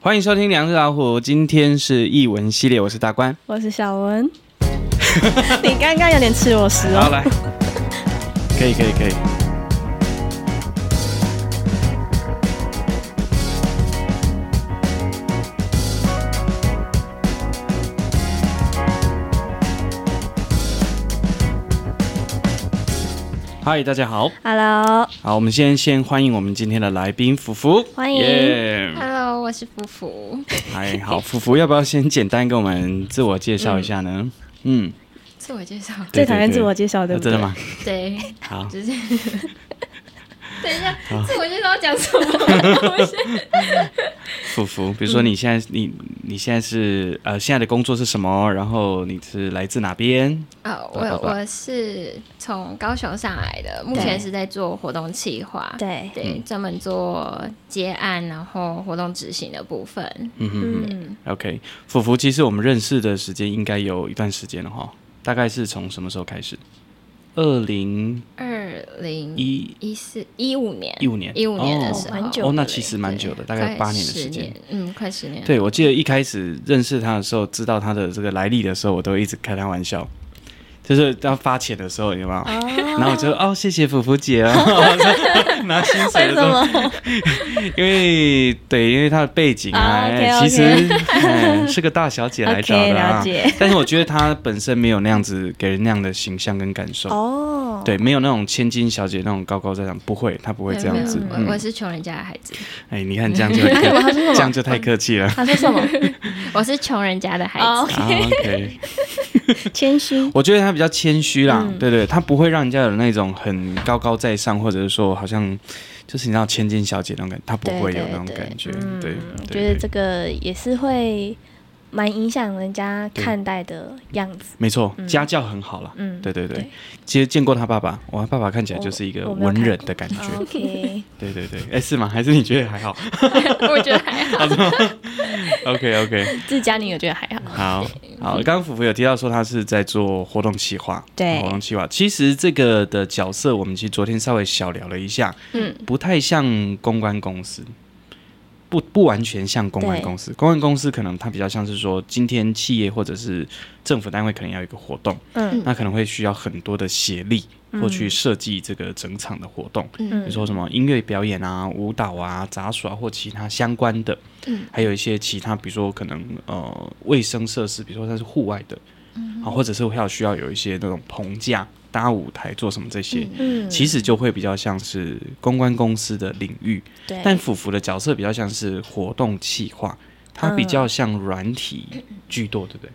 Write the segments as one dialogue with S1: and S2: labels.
S1: 欢迎收听《两只老虎》，今天是译文系列，我是大关。
S2: 我是小 文。你刚刚有点吃我食
S1: 好，
S2: 哦。
S1: 来， 可以，可以，可以。嗨，大家好，
S2: Hello，
S1: 好，我们先先欢迎我们今天的来宾福福，
S2: 欢迎
S1: 耶
S3: Hello，我是福福。
S1: 嗨，好，福福，要不要先简单跟我们自我介绍一下呢？嗯，
S3: 自我介绍，
S1: 对
S2: 最讨厌自我介绍，对
S1: 啊
S2: 不
S1: 真
S2: 对？
S1: 的吗？
S3: 对，
S1: 好，
S3: 就是等一下，自我介绍要讲什么？我先
S1: 福福，比如说你现在、你你现在是呃现在的工作是什么？然后你是来自哪边？
S3: 啊，我
S1: 爸爸爸
S3: 我是从高雄上来的，目前是在做活动企划，
S2: 对
S3: 对，
S1: 嗯
S3: 专门做接案，然后活动执行的部分。
S1: 嗯哼哼
S2: 嗯，
S1: ，OK，福福，其实我们认识的时间应该有一段时间了哈，大概是从什么时候开始？二零
S3: 二零
S1: 一
S3: 一四一五年，
S1: 一五年，
S3: 一五年的
S1: 哦
S3: 时候，
S2: 蛮久
S1: 哦，
S2: 的
S1: 那
S2: 嘞
S1: 其实蛮久的，
S3: 对
S1: 大概八年的时
S3: 快十
S1: 间
S3: 年。，嗯，快十年，
S1: 对，我记得一开始认识他的时候，知道他的这个来历的时候，我都一直开他玩笑，就是要发钱的时候，有没有？然后我就哦，谢谢福福姐啊， 拿薪水的
S2: 为什
S1: 时候，
S2: 么？
S1: 因为对，因为她的背景啊，
S2: 啊
S1: 哎
S2: OK，OK
S1: 其实、哎、是个大小姐来找的
S2: OK，
S1: 啊
S2: 了解
S1: 但是我觉得她本身没有那样子给人那样的形象跟感受。
S2: 哦，
S1: 对，没有那种千金小姐那种高高在上，不会，她不会
S3: 没有
S1: 这样子
S3: 没。有我我
S1: 嗯，
S3: 是穷人家的孩子，
S1: 哎，你看这样就会客这样就太客气了。
S2: 他说什么？
S3: 我是穷人家的孩子。
S2: 哦，
S1: 啊 OK，
S2: 谦虚。
S1: 我觉得他比较谦虚啦，对对，他不会让人家有那种很高高在上，或者是说好像就是你知道千金小姐那种感觉，他不会有那种
S3: 对对对
S1: 感觉，
S2: 嗯
S1: 对，
S2: 我觉
S1: 对
S2: 得
S1: 对
S2: 这个也是会蛮影响人家看待的样子。
S1: 没错，家教很好啦。
S2: 嗯，
S1: 对对对
S2: 对，
S1: 其实见过他爸爸，我爸爸看起来就是一个
S2: 我我没有
S1: 文
S2: 看
S1: 人的感觉，
S2: 嗯 OK，
S1: 对对对，哎是吗？还是你觉得还好啊
S3: 我觉得 还好。
S1: ？OK OK，
S2: 自家你有觉得还好？
S1: 好好，刚刚福福有提到说他是在做活动企划，
S2: 对
S1: 活动企划，其实这个的角色我们其实昨天稍微小聊了一下，
S3: 嗯，
S1: 不太像公关公司，不不完全像公关公司。公关公司可能它比较像是说，今天企业或者是政府单位可能要有一个活动，
S2: 嗯
S1: 那可能会需要很多的协力或去设计这个整场的活动，比
S2: 嗯
S1: 如说什么音乐表演啊、舞蹈啊、杂耍或其他相关的，
S3: 嗯
S1: 还有一些其他，比如说可能呃卫生设施，比如说它是户外的，
S2: 嗯
S1: 好、或者是要需要有一些那种棚架搭舞台做什么这些。
S2: 嗯，
S1: 其实就会比较像是公关公司的领域，
S2: 对，
S1: 但福福的角色比较像是活动企划，它比
S2: 嗯
S1: 较像软体居多，对不对？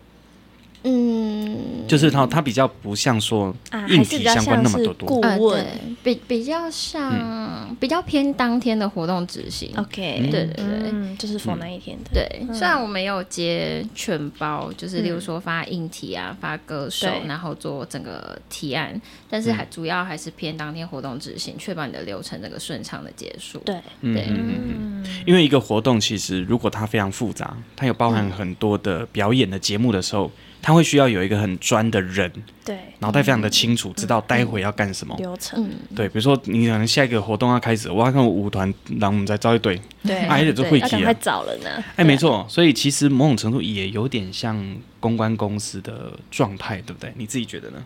S3: 嗯，
S1: 就是它它比较不像说
S2: 啊，还
S1: 硬
S2: 是
S1: 体
S2: 比较
S1: 相关
S2: 像
S1: 那么
S2: 是
S1: 多多。
S2: 顾
S3: 呃，
S2: 问。
S3: 对，比比较像，比较偏当天的活动执行。
S2: OK，
S1: 嗯
S3: 对对对
S2: 嗯，就是逢那一天的。
S3: 对，虽然我没有接全包，就是例如说发硬体啊，发歌手
S2: 嗯对，
S3: 然后做整个提案，但
S1: 嗯
S3: 是还主要还是偏当天活动执行，确保你的流程整个顺畅的结束。
S2: 对，
S1: 嗯
S3: 对
S1: 嗯嗯嗯，因为一个活动其实如果它非常复杂，它有包含很多的表演的节目的时候，它会需要有一个很专的人，
S2: 对，
S1: 脑袋非常的清楚，知道待会要干什么。
S2: 流程，
S1: 嗯对，比如说你可能下一个活动要开始，我要看我舞团，然后我们再招一队，
S2: 对，
S1: 啊，还得做会
S2: 要
S1: 计
S2: 赶
S1: 啊
S2: 快。找人啊。
S1: 哎，没错，所以其实某种程度也有点像公关公司的状态，对不对？你自己觉得呢？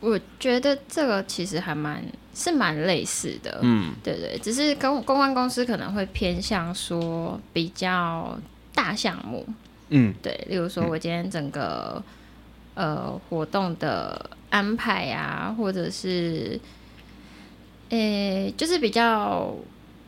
S3: 我觉得这个其实还蛮是蛮类似的，
S1: 嗯，
S3: 对对，只是公公关公司可能会偏向说比较大项目，
S1: 嗯
S3: 对，例如说我今天整个、呃活动的安排啊，或者是呃就是比较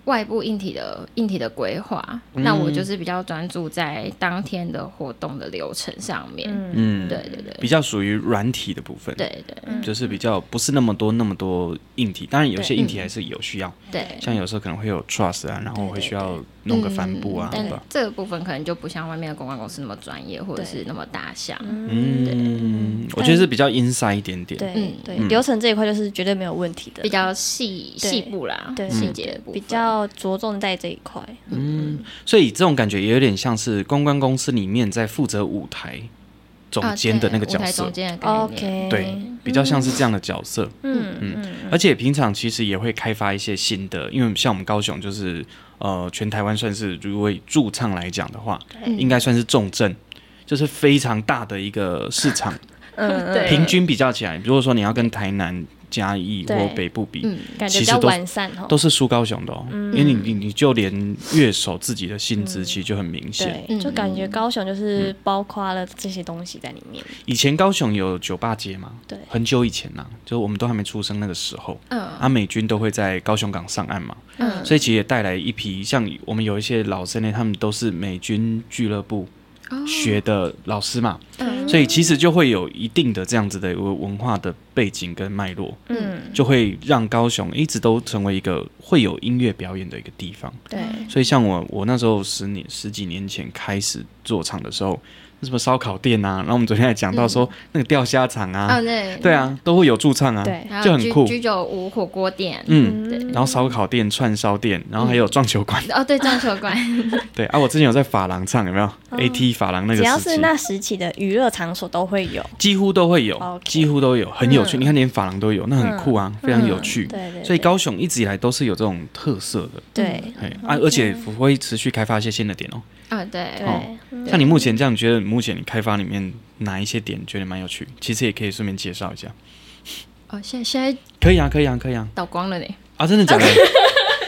S3: 外部硬体的硬体的规划，那我就是比较专注在当天的活动的流程上面，
S2: 嗯，
S1: 嗯，
S3: 对对对
S1: 比较属于软体的部分，，
S3: 对对
S1: 就是比较不是那么多那么多硬体，当然有些
S2: 对
S1: 硬体还是有需要，
S3: 对。
S1: 像有时候可能会有 trust 啊，然后会需要弄个帆布啊，
S3: 嗯但
S1: 对吧？
S3: 这个部分可能就不像外面的公关公司那么专业，或者是那么大项。
S1: 嗯，我觉得是比较 inside 一点点，
S2: 对
S3: 嗯
S2: 对，流程这一块就是绝对没有问题的
S3: 比，较细
S2: 对
S3: 细部啦，
S2: 对
S3: 细节的部分
S2: 比较着重在这一块。
S1: 嗯，所以这种感觉也有点像是公关公司里面在负责舞台总监的那个
S3: 啊对
S1: 角
S3: 舞台
S1: 色
S3: 总，监的嗯概念
S2: OK，
S1: 对，比较像是这样的角色，
S2: 嗯嗯
S1: 而且平常其实也会开发一些新的，因为像我们高雄就是呃，全台湾算是如果以驻唱来讲的话，
S3: 嗯
S1: 应该算是重症，就是非常大的一个市场。
S2: 嗯，
S3: 对
S1: 平均比较起来，如果说你要跟台南、嘉义
S2: 对
S1: 或北部比，
S3: 嗯，
S2: 感觉
S1: 其
S2: 比
S1: 实
S2: 较
S1: 都
S2: 完善哦。
S1: 都是输高雄的哦。因为你你你就连乐手自己的性质其实就很明显。
S3: 嗯
S2: 对，就感觉高雄就是包括了这些东西在里面。
S1: 以前高雄有酒吧街嘛，
S2: 对
S1: 很久以前呐、就是我们都还没出生那个时候，
S3: 嗯
S1: 啊，美军都会在高雄港上岸嘛，
S3: 嗯，
S1: 所以其实也带来一批像我们有一些老生呢，他们都是美军俱乐部
S3: 哦
S1: 学的老师嘛，
S3: 嗯
S1: 所以其实就会有一定的这样子的文文化的背景跟脉络。
S2: 嗯，
S1: 就会让高雄一直都成为一个会有音乐表演的一个地方。
S3: 对，
S1: 所以像我，我那时候十年十几年前开始做场的时候，那什么烧烤店啊，然后我们昨天还讲到说、
S2: 嗯
S1: 那个钓虾场啊，
S3: 哦对
S1: 对，啊，都会有驻唱啊，
S2: 对，
S3: 还有
S1: 就很
S3: 居
S1: 酷
S3: 居酒屋、火锅店，
S1: 嗯。
S2: 对
S1: 然后烧烤店、串烧店，然后还有撞球馆，
S3: 哦对，撞球馆，
S1: 对啊，我之前有在法郎唱，有没有、a t 法郎那
S2: 嗯只
S1: 个
S2: 要
S1: 时
S2: 是
S1: 期，
S2: 那时期的娱乐场所都会有，
S1: 几乎都会有
S2: 哦 OK
S1: 几乎都有，很有趣。
S2: 嗯
S1: 你看连法郎都有，那很酷啊，非常有趣。
S2: 对对，
S1: 所以
S2: 对
S1: 高雄一直以来都是有这种特色的。
S2: 嗯对
S1: 哎啊，而且我会持续开发一些新的点哦。
S3: 啊对，
S2: 对
S1: 哦，像你目前这样，你觉得目前你开发里面哪一些点觉得蛮有趣？其实也可以顺便介绍一下。
S3: 哦现在现在
S1: 可以啊，可以啊，可以啊！
S3: 倒光了呢，
S1: 啊，真的 假的？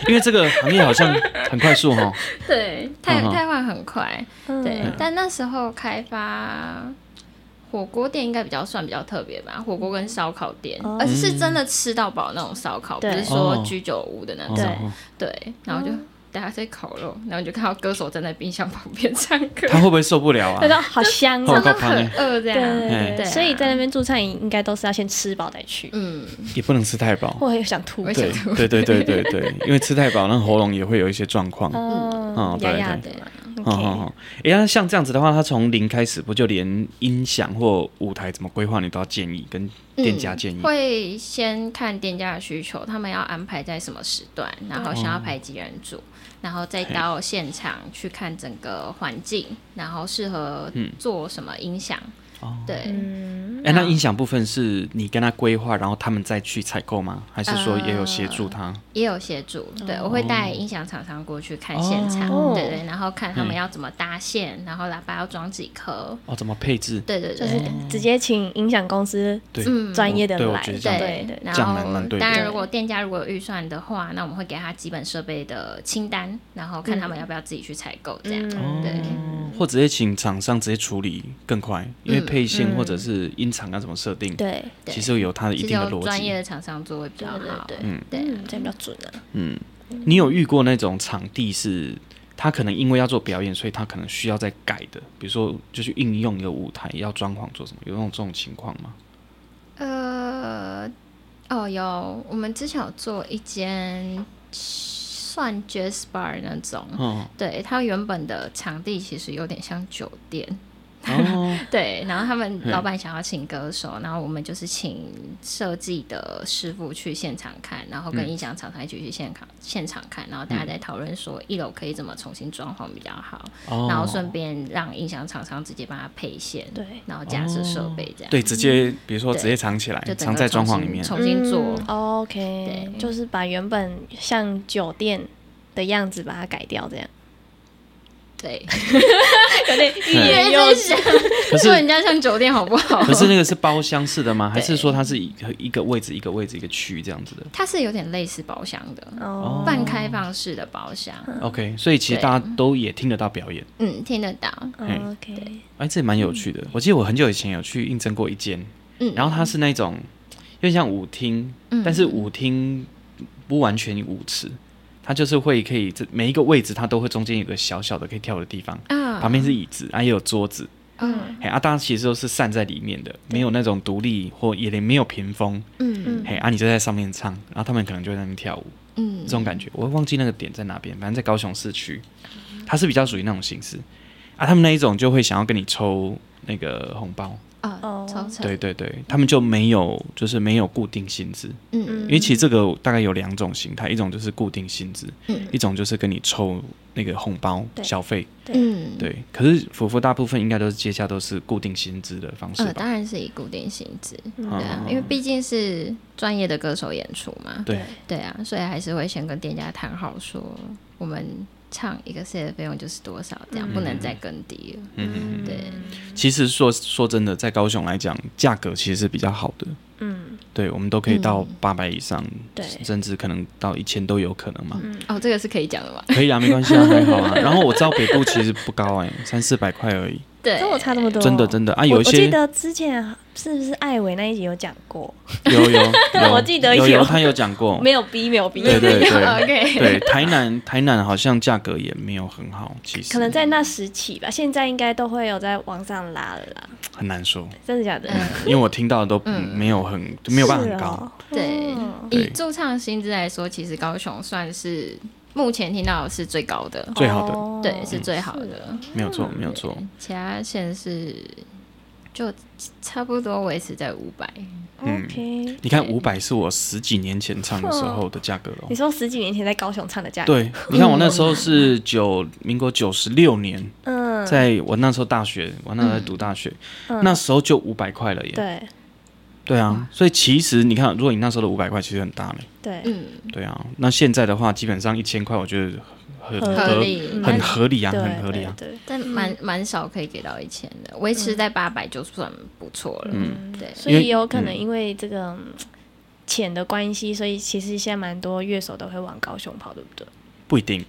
S1: 因为这个行业好像很快速 哈、哦。
S3: 对，太
S1: 嗯嗯
S3: 太换很快，
S2: 嗯
S3: 对，但那时候开发。火锅店应该比较算比较特别吧，火锅跟烧烤店，
S2: 哦
S3: 而且是真的吃到饱那种烧烤，不
S2: 对
S3: 是说居酒屋的那种。
S2: 对
S1: 哦
S3: 对，然后就大家在烤肉，然后你就看到歌手站在冰箱旁边唱歌，
S1: 他会不会受不了啊
S2: 那？种好香
S1: 好
S2: 啊
S1: 高。哎
S3: 他很饿这
S2: 对
S3: 样。
S2: 对
S3: 对
S2: 对，
S3: 啊
S2: 所以在那边驻唱营应该都是要先吃饱再去，
S3: 嗯，
S1: 也不能吃太 饱。
S2: 我也想吐
S3: 我。也
S1: 对
S3: 想吐
S1: 对对对对 对，因为吃太饱，那喉咙也会有一些状况。哦
S2: 嗯
S1: 对
S2: 哑哑的
S3: 对，
S1: 哦
S2: ，OK，
S1: 哦，哎、那像这样子的话，他从零开始，不就连音响或舞台怎么规划，你都要建议跟店家建议？
S3: 会先看店家的需求，他们要安排在什么时段，
S1: 嗯
S3: 然后想要排几人组，然后再到现场去看整个环境，然后适合做什么音响。
S1: 嗯哦
S3: 对，
S2: 嗯，
S1: 哎、那音响部分是你跟他规划，然后他们再去采购吗？还是说也有协助他？
S3: 也有协助。
S1: 哦
S3: 对，我会带音响厂商过去看现场，
S2: 哦
S3: 对对，然后看他们
S1: 嗯
S3: 要怎么搭线，然后喇叭要装几颗。
S1: 哦，怎么配置？
S3: 对对
S2: 就
S3: 对，
S2: 是直接请音响公司
S1: 对，
S3: 嗯
S2: 专业的
S1: 对我
S2: 来，
S1: 觉得这样
S2: 对对，
S3: 然
S1: 这样
S3: 后
S1: 蛮蛮对的
S3: 当然，如果店家如果有预算的话，那我们会给他基本设备的清单，然后看他们要不要自己去采购这样。
S2: 嗯
S3: 对，
S1: 或直接请厂商直接处理更快，因为配线
S2: 嗯
S1: 或者是音场啊要怎么设定，
S2: 对
S3: 对
S1: 其实有呃它的一
S3: 其实
S1: 定的
S3: 有
S1: 逻
S3: 专业
S1: 辑。
S3: 的厂商做会比
S2: 对
S3: 较
S2: 对
S3: 好。
S2: 对，
S1: 嗯
S3: 对啊
S2: 嗯，这样比较准啊。
S1: 嗯，你有遇过那种场地是？他可能因为要做表演，所以他可能需要再改的，比如说就是运用一个舞台，要装潢做什么，有那种这种情况吗？
S3: 呃，哦，有，我们之前有做一间算 jazz bar 那种，
S1: 嗯，
S3: 对，它原本的场地其实有点像酒店，
S1: 哦，
S3: 对，然后他
S1: 嗯
S3: 们老板想要请歌手，然后我们就是请设计的师傅去现场看，然后
S1: 嗯
S3: 跟音响厂商一起去现场现场看，然后大家在讨论说一楼可以怎么重新装潢比较好，
S1: 哦
S3: 然后顺便让音响厂商直接帮他配线，
S2: 对
S3: 然后架设设备这样，
S1: 对，直接比如说
S3: 嗯对
S1: 直接藏起来
S3: 就，整
S1: 哎藏
S3: 个
S1: 在装潢
S3: 重
S1: 里
S3: 新
S1: 面。
S3: 重新做，
S2: 嗯 OK，
S3: 对
S2: 就是把原本像酒店的样子把它改掉，这样
S3: 对，
S2: 有点欲
S1: 对
S2: 言
S3: 因
S2: 又
S3: 为
S2: 止。
S1: 可 是
S3: 做人家像酒店好不好？
S1: 可是那个是包厢式的吗？还是说它是一个一个位置一个位置一个区这样子的
S3: 它是有点类似包厢的，
S2: 哦，
S3: 半开放式的包厢，
S1: ？OK，所以其实
S3: 对
S1: 大家都也听得到表演，
S3: 嗯，听得到，
S1: 嗯
S2: 哦 OK，
S1: 哎，这蛮有趣的。我记得我很久以前有去应征过一间，
S3: 嗯，
S1: 然后它是那种有点像舞厅，
S3: 嗯
S1: 但是舞厅不完全舞池，它就是会可以这每一个位置它都会中间有个小小的可以跳的地方，
S3: 啊，
S1: 旁边是椅子，啊也有桌子，
S3: 嗯
S1: 嘿啊，大家其实都是散在里面的，没有那种独立或也连没有屏风，
S3: 嗯
S1: 嘿啊你就在上面唱，然后他们可能就在那边跳舞。
S3: 嗯
S1: 这，种感觉，我忘记那个点在哪边，反正在高雄市区，它是比较属于那种形式啊。他们那一种就会想要跟你抽那个红包。
S3: 啊
S2: 哦，
S3: 抽成，
S1: 对对对，他们就没有就是没有固定薪资，
S3: 嗯
S1: 因为其实这个大概有两种形态，一种就是固定薪资，
S3: 嗯
S1: 一种就是跟你抽那个红包
S2: 对
S1: 小费。
S3: 嗯，
S1: 对，可是夫妇大部分应该都是接下都是固定薪资的方式
S3: 呃，
S1: 吧？
S3: 当然是以固定薪资，
S2: 嗯
S3: 对啊
S1: 哦，
S3: 因为毕竟是专业的歌手演出嘛，
S1: 对，
S3: 对啊，所以还是会先跟店家谈好说，我们唱一个 set 的费用就是多少，这样、
S2: 嗯
S3: 不能再更低了。
S1: 嗯，嗯嗯
S3: 对，
S1: 其实说说真的，在高雄来讲，价格其实是比较好的，
S2: 嗯，
S1: 对，我们都可以到
S3: 嗯
S1: 八百以上，
S2: 对嗯
S1: 甚至可能到一千都有可能嘛。
S3: 哦，这个是可以讲的吗？
S1: 可以啊，没关系啊，还好啊。然后我知道北部其实不高哎、三四百块而已，
S3: 对，
S2: 跟我差那么多，
S1: 真的真的啊，
S2: 我
S1: 有
S2: 我
S1: 一
S2: 记
S1: 些
S2: 得之前是不是艾伟那一集有讲过？
S1: 有有有，
S2: 对 我记得
S1: 有
S2: 有
S1: 他有讲过，
S2: 没有逼，没有逼，
S1: 哦对 对
S3: OK
S1: 对，台南台南好像价格也没有很好，其实
S2: 可能在那时起吧，现在应该都会有在往上拉了啦，
S1: 很难说，
S2: 真的假的？
S3: 嗯
S1: 因为我听到的都不
S3: 嗯
S1: 没有很没有办法很
S2: 是
S1: 高
S2: 哦，
S3: 对
S2: 嗯
S1: 对
S3: 以驻唱薪资来说，其实高雄算是目前听到的是最高的，
S1: 最好的
S2: 哦
S3: 对，是最好的。
S1: 没有错没有错。
S3: 其他县市就差不多维持在五百。
S1: 嗯
S2: OK，
S1: 你看五百是我十几年前唱的时候的价格了
S2: 你。说十几年前在高雄唱的价格，
S1: 对，你看我那时候是九民国九十六年，
S2: 嗯，
S1: 在我那时候大学，我那时候在读大学，
S2: 嗯
S1: 那时候就五百块了耶。
S2: 对
S1: 对啊，所以其实你看，如果你那时候的五百块，其实很大嘞。
S2: 对，
S3: 嗯，
S1: 对啊，那现在的话，基本上一千块，我觉得嗯很
S2: 合嗯
S3: 合
S1: 合
S3: 理嗯
S1: 很合理啊，
S2: 对
S1: 很合理啊。
S2: 对，对
S3: 但蛮蛮少可以给到一千的，维持在八百就算不错了。
S1: 嗯
S3: 对
S2: 所
S1: 因为
S2: 以有可能
S1: 嗯
S2: 因为这个嗯钱的关系，所以其实现在蛮多乐手都会往高雄跑，对不对？
S1: 不一定，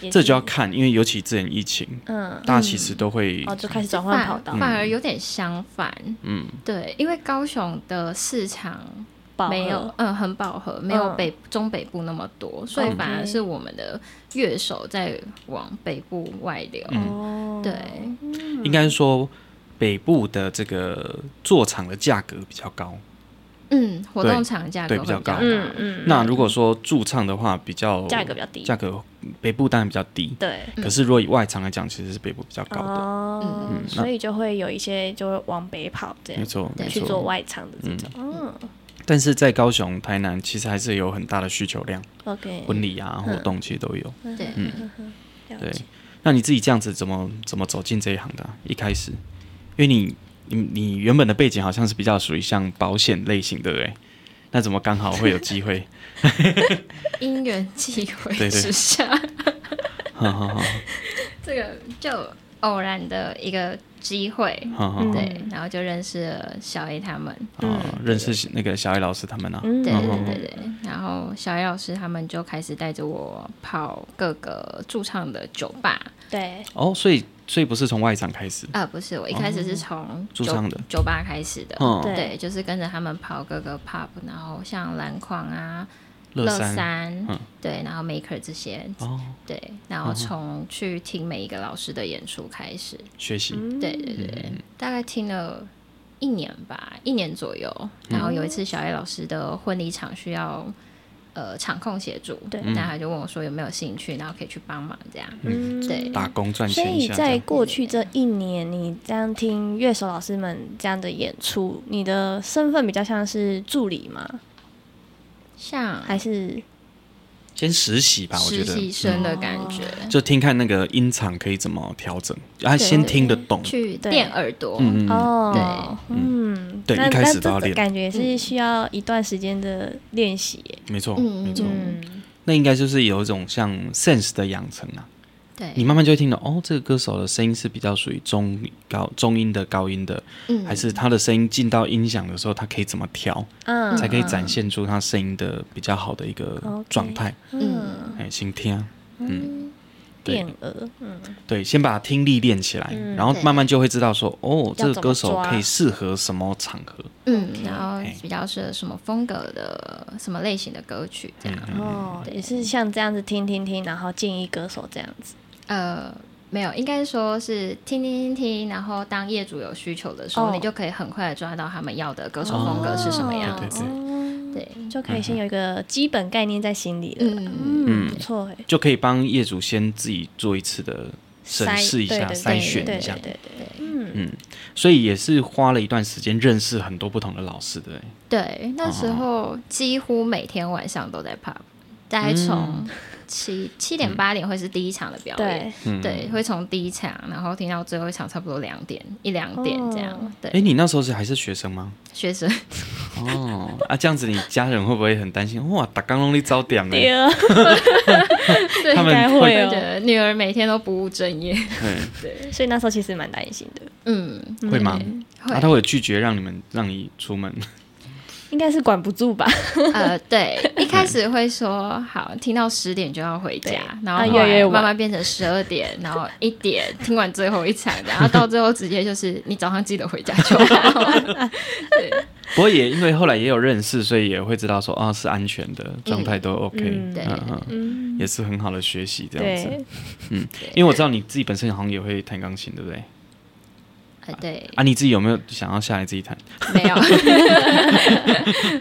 S2: 也
S1: 这
S2: 是
S1: 就要看，因为尤其之前疫情，
S2: 嗯，
S1: 大家其实都会
S2: 哦，就开始转换
S3: 反
S2: 跑道，
S3: 反而有点相反，
S1: 嗯
S3: 对，因为高雄的市场
S2: 饱
S3: 没有
S2: 和，，
S3: 嗯，很饱和，没有
S2: 嗯
S3: 北、中北部那么多，所以
S2: OK
S3: 反而是我们的乐手在往北部外流。
S1: 嗯，
S2: 哦，
S3: 对，
S1: 应该说北部的这个做场的价格比较高。
S3: 嗯，活动场价格
S1: 对
S3: 会
S1: 比较
S3: 高
S1: 高，
S2: 嗯嗯，
S1: 那如果说驻唱的话，比较
S2: 价格比较低，
S1: 价格北部当然比较低，
S2: 对，
S1: 可是如果以外场来讲，其实是北部比较高的。
S2: 哦
S3: 嗯，
S1: 嗯
S2: 所以就会有一些就会往北跑这
S1: 没
S2: 样。
S1: 错，
S3: 对
S1: 没
S2: 去做
S1: 错。
S2: 外场的这种，嗯
S1: 但是在高雄、台南，其实还是有很大的需求量，
S2: ，OK，
S1: 婚礼啊、活动其实都有。
S2: 嗯
S3: 对，
S1: 嗯
S2: 了
S1: 对
S2: 嗯解，
S1: 那你自己这样子怎么怎么走进这一行的啊、一开始，因为你你你原本的背景好像是比较属于像保险类型，对不对？那怎么刚好会有机会？
S3: 因缘际会
S1: 对对
S3: 之下，
S1: 哈哈哈
S3: 这个就偶然的一个机会，
S1: 哈哈！
S2: 嗯
S3: 对，然后就认识了小 A 他们，
S1: 啊，认识那个小艾老师他们啊，
S2: 嗯，
S3: 对
S1: 嗯
S3: 对对对，然后小 A 老师他们就开始带着我跑各个驻唱的酒吧，
S2: 对，
S1: 哦，所以所以不是从外场开始，
S3: 啊，不是，我一开始是从
S1: 驻
S3: 酒
S1: 唱哦的
S3: 酒吧开始的，
S1: 嗯
S2: 对
S3: 对，就是跟着他们跑各个 pub，然后像篮筐啊、
S1: 乐山
S3: 山
S1: 嗯，
S3: 对，然后 maker 这些，
S1: 哦，
S3: 对，然后从去听每一个老师的演出开始，
S1: 学习，
S2: 嗯
S3: 对对对，
S1: 嗯
S3: 大概听了一年吧，一年左右。然后有一
S2: 嗯
S3: 次小艾老师的婚礼场需要呃场控协助，
S2: 对
S3: 那他就问我说有没有兴趣，然后可以去帮忙这样。
S2: 嗯，
S3: 对，
S1: 打工赚
S2: 所
S1: 钱一
S2: 以
S1: 下这
S2: 在
S1: 样。
S2: 过去这一年，你这样听乐手老师们这样的演出，你的身份比较像是助理吗？
S3: 像
S2: 还是
S1: 先实习吧，我觉
S3: 实
S1: 得嗯
S3: 习
S2: 啊
S3: 生的
S2: 嗯
S3: 感觉，
S1: 就听看那个音场可以怎么调整，啊，先听得懂，
S3: 去
S2: 对
S3: 垫耳朵。
S1: 嗯嗯嗯，
S2: 哦，嗯，
S1: 对
S2: 那
S1: 一开始都要
S2: 那这
S1: 练
S2: 感觉是需要一段时间的练习耶。
S1: 没错
S3: 嗯
S1: 没错，
S2: 嗯，
S1: 那应该就是有一种像 sense 的养成啊，你
S3: 对，
S1: 慢慢就会听到哦，这个歌手的声音是比较属于中高中音的高音的，
S3: 嗯
S1: 还是他的声音进到音响的时候，他可以怎么调，
S2: 嗯，
S1: 才可以展现出他声音的比较好的一个
S2: OK
S1: 状态？
S2: 嗯，
S1: 哎，先听啊，嗯，对
S2: 电鹅，嗯，
S1: 对，先把听力练起来，然后
S3: 对
S1: 慢慢就会知道说，哦，
S2: 要
S1: 这个
S2: 怎么
S1: 歌手
S2: 抓
S1: 可以适合什么场合。
S3: 嗯，
S2: OK
S3: 然后
S1: 哎
S3: 比较适合什么风格的、什么类型的歌曲
S1: 嗯
S3: 这样。
S2: 哦，也是像这样子听听听，然后建议歌手这样子。
S1: 嗯
S3: 呃，没有，应该说是听听听听，然后当业主有需求的时候，
S2: 哦
S3: 你就可以很快的抓到他们要的歌手风格是什么样
S1: 哦对
S3: 子。
S1: 对嗯对，
S3: 对，
S2: 就可以先有一个基本概念在心里了。
S3: 嗯，
S2: 嗯，不错哎，
S1: 就可以帮业主先自己做一次的审
S2: 筛
S1: 视一下、
S2: 对对对
S1: 筛选一下
S2: 对。对对对，嗯
S1: 所以也是花了一段时间认识很多不同的老师，对不对。
S3: 对，那
S1: 哦
S3: 时候几乎每天晚上都在 pub，大
S1: 嗯
S3: 概从七、七点八点会是第一场的表演，
S2: 对，
S1: 嗯
S3: 对，会从第一场，然后听到最后一场，差不多两点一两点这样。
S2: 哦
S1: 哎，
S3: 对，
S1: 你那时候是还是学生吗？
S3: 学生
S1: 哦，啊，这样子你家人会不会很担心？哇，打刚弄你早点呢？
S2: 第二
S3: 啊对
S1: 他
S2: 应
S1: 们
S2: 该
S1: 会
S2: 会
S3: 会觉
S2: 哦，
S3: 得女儿每天都不务正业，
S1: 对，
S2: 所以那时候其实蛮担心的，
S3: 嗯，
S1: 会吗？
S3: 会、
S1: 啊，他会拒绝让你们让你出门，
S2: 应该是管不住吧？
S3: 呃， 对，一开始会说好，听到十点就要回家
S2: 对，
S3: 然
S2: 啊
S3: 后后
S2: 越来
S3: 来
S2: 越晚
S3: 慢慢变成十二点，然后一点，听完最后一场，然后到最后直接就是你早上记得回家就 好。
S1: 不过也因为后来也有认识，所以也会知道说，哦，是安全的状态都 OK，
S2: 嗯
S3: 对
S1: 嗯，
S2: 嗯，
S1: 也是很好的学习这样子。
S2: 对，
S1: 因为我知道你自己本身好像也会弹钢琴，对不对？
S3: 呃，对，
S1: 啊，你自己有没有想要下来自己 弹？
S3: 没有，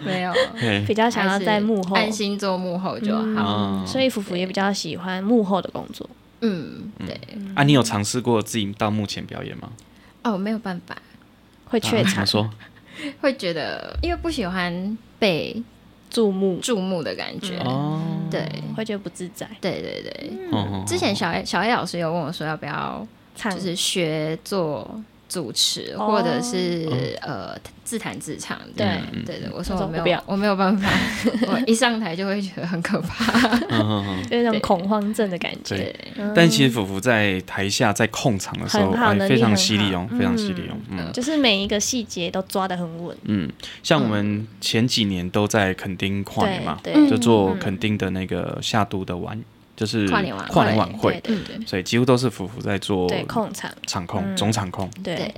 S3: 没 有，
S1: 对，
S2: 比较想要在幕后，
S3: 还是安心做幕后就好。
S1: 哦
S2: 嗯，所以福福也比较喜欢幕后的工作。
S3: 嗯，对，
S1: 啊，你有尝试过自己到目前表演吗？
S3: 哦，没有办法，
S2: 会怯
S1: 啊怎
S2: 场、
S1: 么说？
S3: 会觉得因为不喜欢被
S2: 注目，
S3: 注目的感觉，
S1: 哦，
S3: 对，
S2: 会觉得不自在。
S3: 对对对。
S2: 嗯
S1: 哦
S3: 之前小 A 小 A 老师有问我说要不要
S2: 唱
S3: 就是学做主持，
S2: 嗯哦
S3: 或者是、
S1: 嗯
S3: 呃自弹自唱这样。
S2: 对
S3: 对对，我说
S2: 我说
S3: 我没
S2: 我不
S3: 有
S2: 要，
S3: 我没有办法， 我一上台就会觉得很可怕。
S1: 嗯嗯 嗯
S2: 有一种恐慌症的感觉。嗯
S1: 对。
S3: 嗯
S1: 但其实福福在台下在控场的时候，
S2: 很好
S1: 哎
S2: 能力
S1: 非常
S2: 很
S1: 犀利哦，
S2: 好
S1: 非常犀利哦，嗯
S2: 就是每一个细节都抓得很稳，
S1: 嗯，像我们前几年都在垦丁跨年嘛，
S2: 对对
S3: 嗯
S2: 嗯
S1: 就做垦丁的那个夏都的晚，就是
S3: 跨年晚会
S1: 跨年晚会，哦
S2: 对对对
S1: 所以几乎都是福福在做
S2: 对，控场，
S1: 场控、
S2: 嗯
S1: 总场控，
S2: 对，
S3: 对，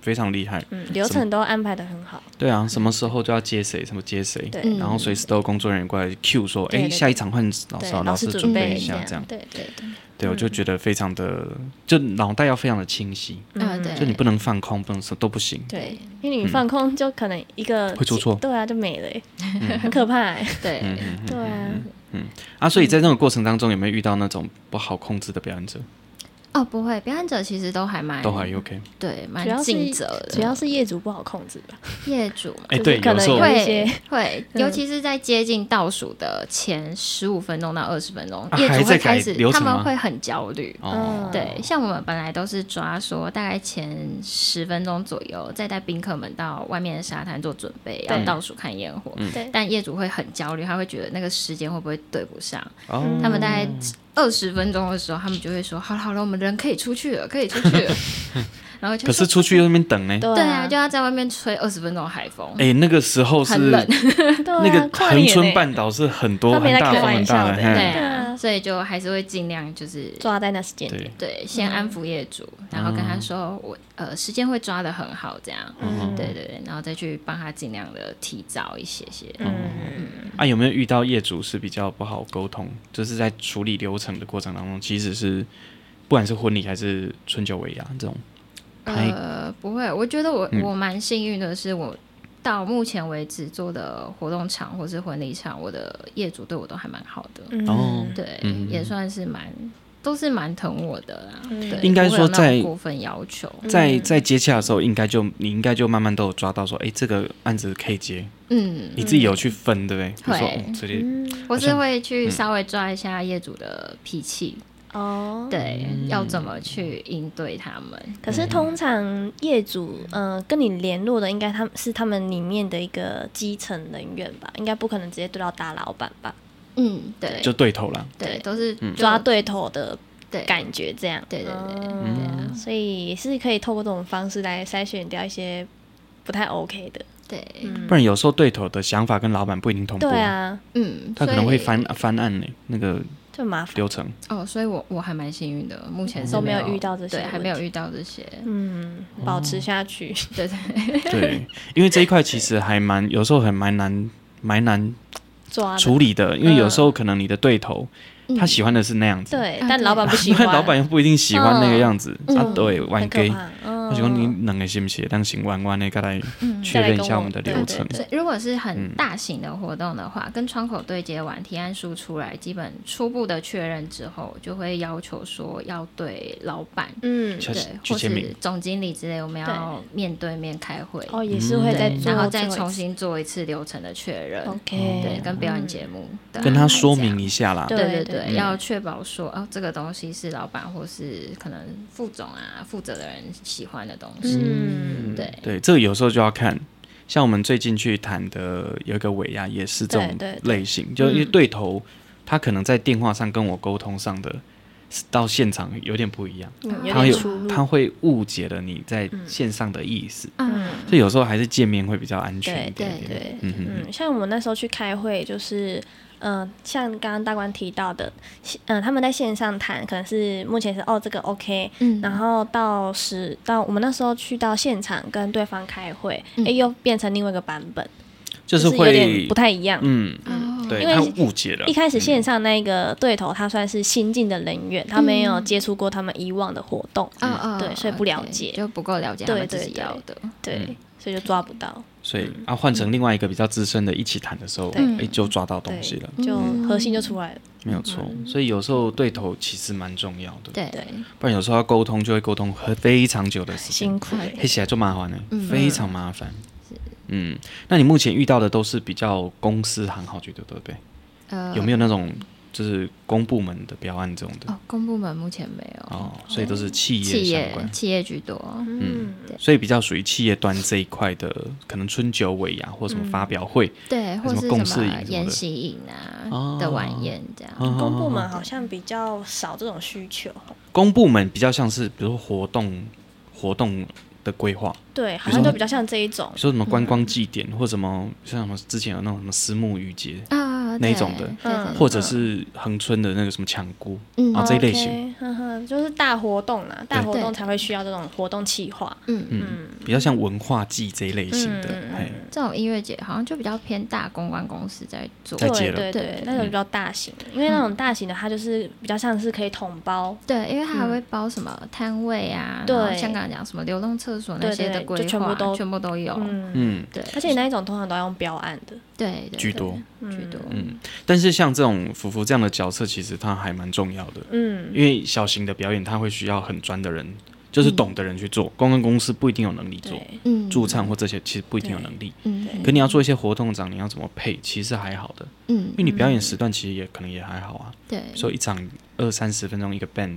S1: 非常厉害。
S2: 嗯，流程都安排的很好，
S1: 对啊，什么时候就要接谁，什么接谁，
S2: 对
S3: 嗯
S1: 然后随时都有工作人员过来 Q 说，
S2: 对
S1: 哎，
S2: 对
S1: 下一场换老
S2: 对
S1: 师啊，，
S2: 老
S1: 师
S2: 师
S1: 准
S2: 备嗯
S1: 一下这样。
S2: 对对对，
S1: 对，我就觉得非常的，就脑袋要非常的清晰，
S3: 啊对
S1: 就你不能放空，不能什么都不行。
S2: 嗯对，因为你放空就可能一个
S1: 嗯会出错嗯
S2: 对啊，就没了欸，很可 怕欸，
S3: 对，
S2: 对啊，
S1: 啊，所以在那个过程当中，有没有遇到那种不好控制的表演者？
S3: 哦，不会，表演者其实都还
S2: 哎
S3: 蛮
S1: 都还 OK。
S3: 对，
S2: 主要
S3: 蛮
S2: 是
S3: 尽责的。
S2: 主要是业主不好控制吧，
S3: 业主嘛，
S1: 哎，
S2: 就是
S1: 对，
S2: 可
S1: 有
S2: 能
S1: 时候
S2: 有一些嗯
S3: 会会，尤其是在接近倒数的前十五分钟到二十分钟，
S1: 啊
S3: 业
S1: 还
S3: 主
S1: 在
S3: 会
S1: 改
S3: 开始
S1: 流，
S3: 他
S1: 程吗
S3: 们会很焦虑。
S2: 嗯
S1: 哦，
S3: 对，像我们本来都是抓说大概前十分钟左右，再带宾客们到外面的沙滩做准备，要
S2: 对
S3: 倒数看烟火。
S1: 嗯
S2: 对，
S3: 但业主会很焦虑，他会觉得那个时间会不会对不上？
S2: 嗯
S1: 哦，
S3: 他们大概二十分钟的时候，他们就会说：“好了好了，我们人可以出去了，可以出去了。”然后就
S1: 可是
S3: 说
S1: 出去那边等呢，
S2: 对
S3: 对啊，就要在外面吹二十分钟的海风，
S1: 哎，那个时候是
S3: 很冷。
S1: 那
S2: 那
S1: 个恒
S3: 欸
S1: 春半岛是很多
S2: 他没
S1: 很
S2: 在
S1: 大
S2: 开
S1: 风
S2: 玩
S1: 很大
S2: 笑
S1: 的，
S2: 的
S3: 对
S1: 嘿
S2: 对
S3: 啊，
S2: 啊
S3: 所以就还是会尽量就是
S2: 抓在那时间
S1: 对
S2: 点，，
S3: 对，先安抚业主，然后跟他说我呃时间会抓的很好，这样，
S2: 嗯
S3: 对对对，然后再去帮他尽量的提早一些些。
S2: 嗯，
S1: 啊，有没有遇到业主是比较不好沟通，就是在处理流程的过程当中，其实是不管是婚礼还是春酒尾牙这种，拍
S3: 呃，不会，我觉得我我蛮幸运的是，我到目前为止做的活动场或是婚礼场，我的业主对我都还蛮好的，
S2: 嗯
S1: 哦
S3: 对，
S1: 嗯
S3: 也算是蛮都是蛮疼我的啦。
S2: 嗯
S3: 对，
S1: 应该
S3: 不会有
S1: 说
S3: 那种
S1: 在
S3: 过分要求，
S1: 在在接洽的时候，应该就你应该就慢慢都有抓到说，哎，这个案子可以接，
S3: 嗯，
S1: 你自己有去分，对不对？比如说
S3: 会嗯
S1: 哦这里
S3: 我是会去稍微抓一下业主的脾气，
S2: 哦，
S3: 对，要怎么去应对他们？
S2: 可是通常业主，呃，跟你联络的应该他们是他们里面的一个基层人员吧，应该不可能直接对到大老板吧，
S3: 嗯，对，
S1: 就对嗯头了。
S3: 对，都是
S2: 抓
S3: 就
S2: 对头的
S3: 对
S2: 感觉这样。
S3: 嗯对对对
S2: 嗯所以是可以透过这种方式来筛选掉一些不太 OK 的。
S3: 对，
S2: 嗯
S1: 不然有时候对头的想法跟老板不一定同步，
S2: 对啊，
S3: 嗯，
S1: 他可能
S3: 所以
S1: 会翻翻案呢，那个
S2: 就麻烦。
S1: 流程。
S3: 哦，所以我我还蛮幸运的，目前是
S2: 都没
S3: 没
S2: 有遇到这些
S3: 对，还没有
S2: 问
S3: 遇到这些，
S2: 嗯，
S1: 哦
S2: 保持下去。
S3: 对对，
S1: 对， 因为这一块其实还蛮，有时候还蛮难，蛮难
S2: 抓的嗯
S1: 处理的，因为有时候可能你的对头、他喜欢的是那样子，
S2: 对
S3: 啊，
S2: 但老板不喜
S1: 不然
S2: 欢，
S1: 老板又不一定喜欢那个样子、
S2: 嗯
S1: 啊，对，
S2: 很
S1: 玩
S2: 可
S1: gay，
S2: 怕。嗯，嗯
S1: 我想讲你两个是不是当行弯弯的，跟来确认一下我们的流程。
S3: 所以如果是
S1: 嗯
S3: 很大型的活动的话，跟窗口对接完提案书出来，基本初步的确认之后，就会要求说要对老板。
S2: 嗯，
S1: 去
S3: 对，
S1: 去
S3: 或
S1: 签
S3: 是
S1: 名，
S3: 总经理之类，我们要面对面开会，
S2: 哦，也是会再
S3: 对，
S2: 做，
S3: 然后再重新做一次流程的确认，
S2: OK，嗯
S3: 对，跟表演节目啊的
S1: 跟
S3: 安
S1: 他
S3: 排
S1: 说
S3: 这样
S1: 明一下啦。
S2: 对
S3: 对对
S2: 嗯
S3: 对，要确保说哦，这个东西是老板或是可能副总啊、负责的人喜欢的东西。
S2: 嗯，
S3: 对
S1: 对，这个有时候就要看，像我们最近去谈的有一个尾牙，也是这种
S2: 对对
S1: 类型，就因为对头，他可能在电话上跟我沟通上的，到现场有点不一样，
S2: 嗯
S1: 他
S2: 有
S1: 有
S2: 点出入，嗯
S1: 他会误解了你在线上的意思，
S3: 嗯，
S1: 所以有时候还是见面会比较安全
S2: 对
S1: 一
S2: 对
S1: 点点。
S2: 对，
S1: 嗯哼
S2: 嗯，像我们那时候去开会，就是嗯、呃像刚刚大官提到的，嗯、他们在线上谈，可能是目前是哦这个 OK，
S3: 嗯
S2: 然后到时到我们那时候去到现场跟对方开会，哎、
S3: 嗯
S2: 又变成另外一个版本，
S1: 就是
S2: 有点
S1: 会
S2: 不，太一样。
S1: 嗯，
S3: 嗯，
S1: 对
S2: 因为
S1: 他误解了嗯
S2: 一。开始线上那个对头，他算是新进的人员，他没有接触过他们以往的活动，
S3: 哦哦，
S2: 嗯对所以不了解
S3: OK，就不够了解他
S2: 对
S3: 们自
S2: 对
S3: 己
S2: 对
S3: 要的。
S1: 嗯
S2: 对，所以就抓不到，
S1: 所以啊，换成另外一个比较资深的一起谈的时候，
S2: 对
S1: 哎，就抓到东
S2: 对
S1: 西了，，
S2: 就核心就出来了。
S1: 没有错。所以有时候对头其实蛮重要的。
S3: 对
S2: 对，
S1: 不然有时候要沟通就会沟通很非常久的时间，
S2: 辛苦嗯了，
S1: 黑起来就麻烦了，非常麻烦。嗯，那你目前遇到的都是比较公司行号居多，对不对？
S3: 呃，
S1: 有没有那种就是公部门的标案这种的？
S3: 哦，公部门目前没有，
S1: 哦，所以都是企业
S3: 企
S1: 相
S3: 业
S1: 关，
S3: 企业居多。
S2: 嗯，
S1: 所以比较属于企业端这一块的，可能春酒尾呀、或什么发表会，
S3: 对，
S1: 什
S3: 或
S1: 么
S3: 是
S1: 共
S3: 什
S1: 事营什
S3: 么
S1: 么
S3: 研
S1: 的
S3: 习营啊
S1: 哦啊
S3: 的晚宴这样。
S2: 公部门好像比较少这种需求，
S1: 公部门比较像是比如说活动活动的规划，
S2: 对，好像就比较像这一种
S1: 比如，说什么观光祭典、或什么像什么之前有那种什么私募渔节，
S3: 啊，
S1: 那
S3: 对
S1: 种的
S3: 对
S2: 嗯
S1: 或者是恒春的那个什么抢菇
S3: 嗯
S1: 啊这一类型，
S2: OK，呵呵，就是大活动啦，大活动才会需要这种活动企划。
S3: 嗯，
S1: 嗯，比较像文化祭这一类型的，
S2: 嗯嗯
S1: 哎，
S3: 这种音乐节好像就比较偏大公关公司在做，
S1: 在再接
S2: 对
S1: 了
S2: 对对
S3: 对，
S2: 那种比较大型，因为那种大型的，它就是比较像是可以统包，
S3: 对，因为它还会包什么摊位啊，
S2: 嗯对
S3: 然后香港讲什么流动厕所那些的
S2: 对对就
S3: 规划，
S2: 全部都
S3: 全部都有。
S2: 嗯，
S1: 嗯，
S3: 对，
S2: 而且那一种通常都要用标案的，
S3: 对对
S1: 居多，
S3: 对居多。
S1: 嗯，但是像这种福福这样的角色，其实它还蛮重要的，
S2: 嗯，
S1: 因为小型的表演，它会需要很专的人，就是懂的人去做，公关公司不一定有能力做，
S2: 对，
S3: 嗯
S1: 驻唱或这些其实不一定有能力。
S3: 嗯
S1: 可你要做一些活动长，你要怎么配，其实还好的，
S3: 嗯
S1: 因为你表演时段其实也可能也还好啊，
S3: 对，
S1: 所以一场二三十分钟一个 band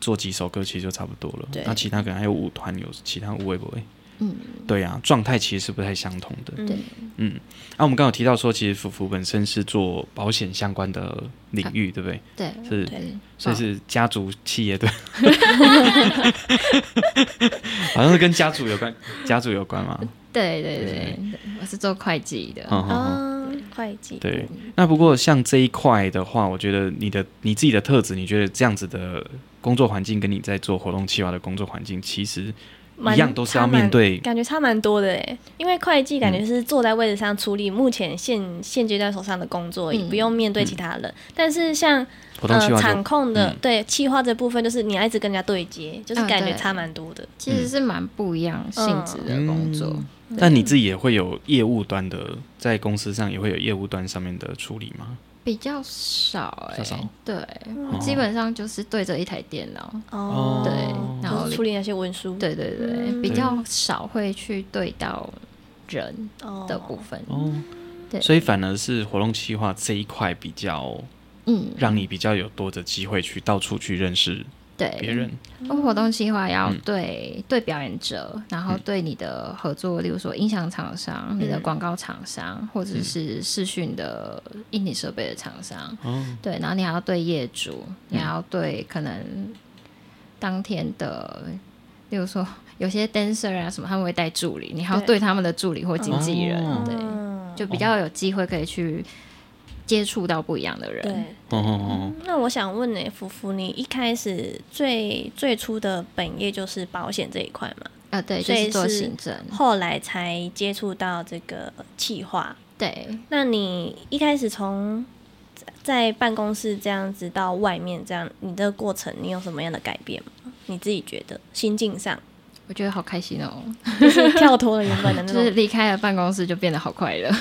S1: 做几首歌其实就差不多了
S2: 对。
S1: 那其他可能还有舞团，有其他舞会不会？
S3: 嗯
S1: 对啊，状态其实是不太相同的。
S2: 嗯
S3: 对
S1: 嗯，啊，我们刚刚有提到说，其实福福本身是做保险相关的领域，对不对？
S3: 啊对
S1: 是，
S2: 对
S1: 所以是家族企 业对，好像是跟家族有关，家族有关嘛。
S3: 对对
S1: 对
S3: 对对，我是做会计的。
S1: 嗯哼哼。
S2: 啊，会计，
S1: 对，那不过像这一块的话，我觉得你的你自己的特质，你觉得这样子的工作环境跟你在做活动企划的工作环境，其实
S2: 蛮
S1: 一样都是要
S2: 差蛮
S1: 面对嗯
S2: 感觉差蛮多的哎，因为会计感觉是坐在位置上处理目前现现阶段手上的工作，也
S3: 嗯
S2: 不用面对其他人。但是像
S1: 活动
S2: 呃
S1: 企划
S2: 场
S1: 就
S2: 控的、
S1: 嗯
S2: 对企划这部分，就是你要一直跟人家对接，就是
S3: 啊
S2: 感觉
S3: 对
S2: 差蛮多的。
S3: 其实是蛮不一样
S2: 嗯
S3: 性质的工作。
S1: 但你自己也会有业务端的，在公司上也会有业务端上面的处理吗？
S3: 比较少
S1: 比较少
S3: 哎，对，
S2: 嗯
S3: 基本上就是对着一台电脑，
S1: 哦
S2: 对
S1: 对，
S3: 然
S2: 就
S3: 后
S2: 是处理那些文书
S3: 对对
S2: 嗯
S3: 对，比
S1: 对
S3: 较少会去对到人
S2: 哦
S3: 的部分，
S1: 哦，
S3: 对
S1: 所以反而是活动企划这一块比较
S3: 嗯，
S1: 让你比较有多的机会去到处去认识
S3: 对，
S1: 别人。
S3: 我哦活动计划要对、对表演者，然后对你的合作，例如说音响厂商、你
S2: 嗯
S3: 的广告厂商，或者是视讯的硬体设备的厂商，
S1: 哦，
S3: 对，然后你还要对业主，你还要对可能当天的，例如说有些 dancer 啊什么，他们会带助理，你还要
S2: 对
S3: 对他们的助理或经纪人，
S1: 哦
S3: 对，
S2: 嗯
S3: 就比较有机会可以去接触到不一样的人。
S2: 对。
S1: 哦哦
S2: 那我想问呢、福福，你一开始最最初的本业就是保险这一块嘛？
S3: 啊，对，就
S2: 所以
S3: 是做
S2: 是
S3: 行政，
S2: 后来才接触到这个企划。
S3: 对，
S2: 那你一开始从在在办公室这样子 到外面这样，你这个过程你有什么样的改变吗？你自己觉得心境上？
S3: 我觉得好开心哦，
S2: 就是跳脱了原本的那
S3: 就
S2: 种。
S3: 是离开了办公室就变得好快乐。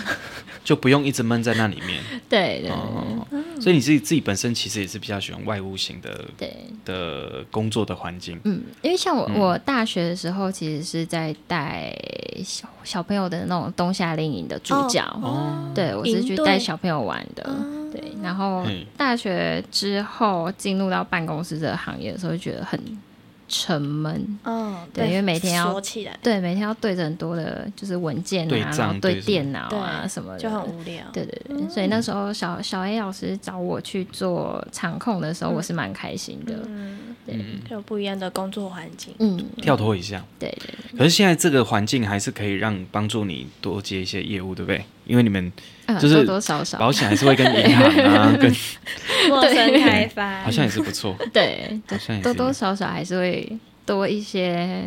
S1: 就不用一直闷在那里面。
S3: 对对
S1: 哦，所以你自己自己本身其实也是比较喜欢外务型的
S3: 对，
S1: 的工作的环境。
S3: 嗯，因为像我，我大学的时候其实是在带小小朋友的那种冬夏令营的助
S2: 哦
S3: 教，
S1: 哦，
S3: 对我是去
S2: 营队
S3: 带小朋友玩的。
S2: 哦
S3: 对，然后
S1: 嗯
S3: 大学之后进入到办公室这个行业的时候，就觉得很沉闷。
S2: 嗯，
S3: 对
S2: 被
S3: 因为每天要
S2: 锁起来，
S3: 对，每天要对着很多的，就是文件
S1: 对
S3: 啊，然
S1: 账
S3: 后
S1: 对
S3: 对
S1: 什么
S3: 电脑啊
S2: 对
S3: 什么的，
S2: 就很无聊。
S3: 对对
S2: 哦
S3: 对，所以那时候小小 A 老师找我去做场控的时候，我是蛮开心的。
S2: 嗯，
S1: 嗯，
S2: 就有不一样的工作环 境。
S3: 嗯，
S1: 跳脱一下。
S3: 对对
S1: 可是现在这个环境还是可以让帮助你多接一些业务，对不对？因为你们
S3: 对，
S1: 就是
S3: 呃多多少少，
S1: 保险还是会跟银行啊， 跟
S2: 陌生开 发
S1: 好，像也是不错，
S3: 对，
S1: 好像也是
S3: 多多少少还是会多一些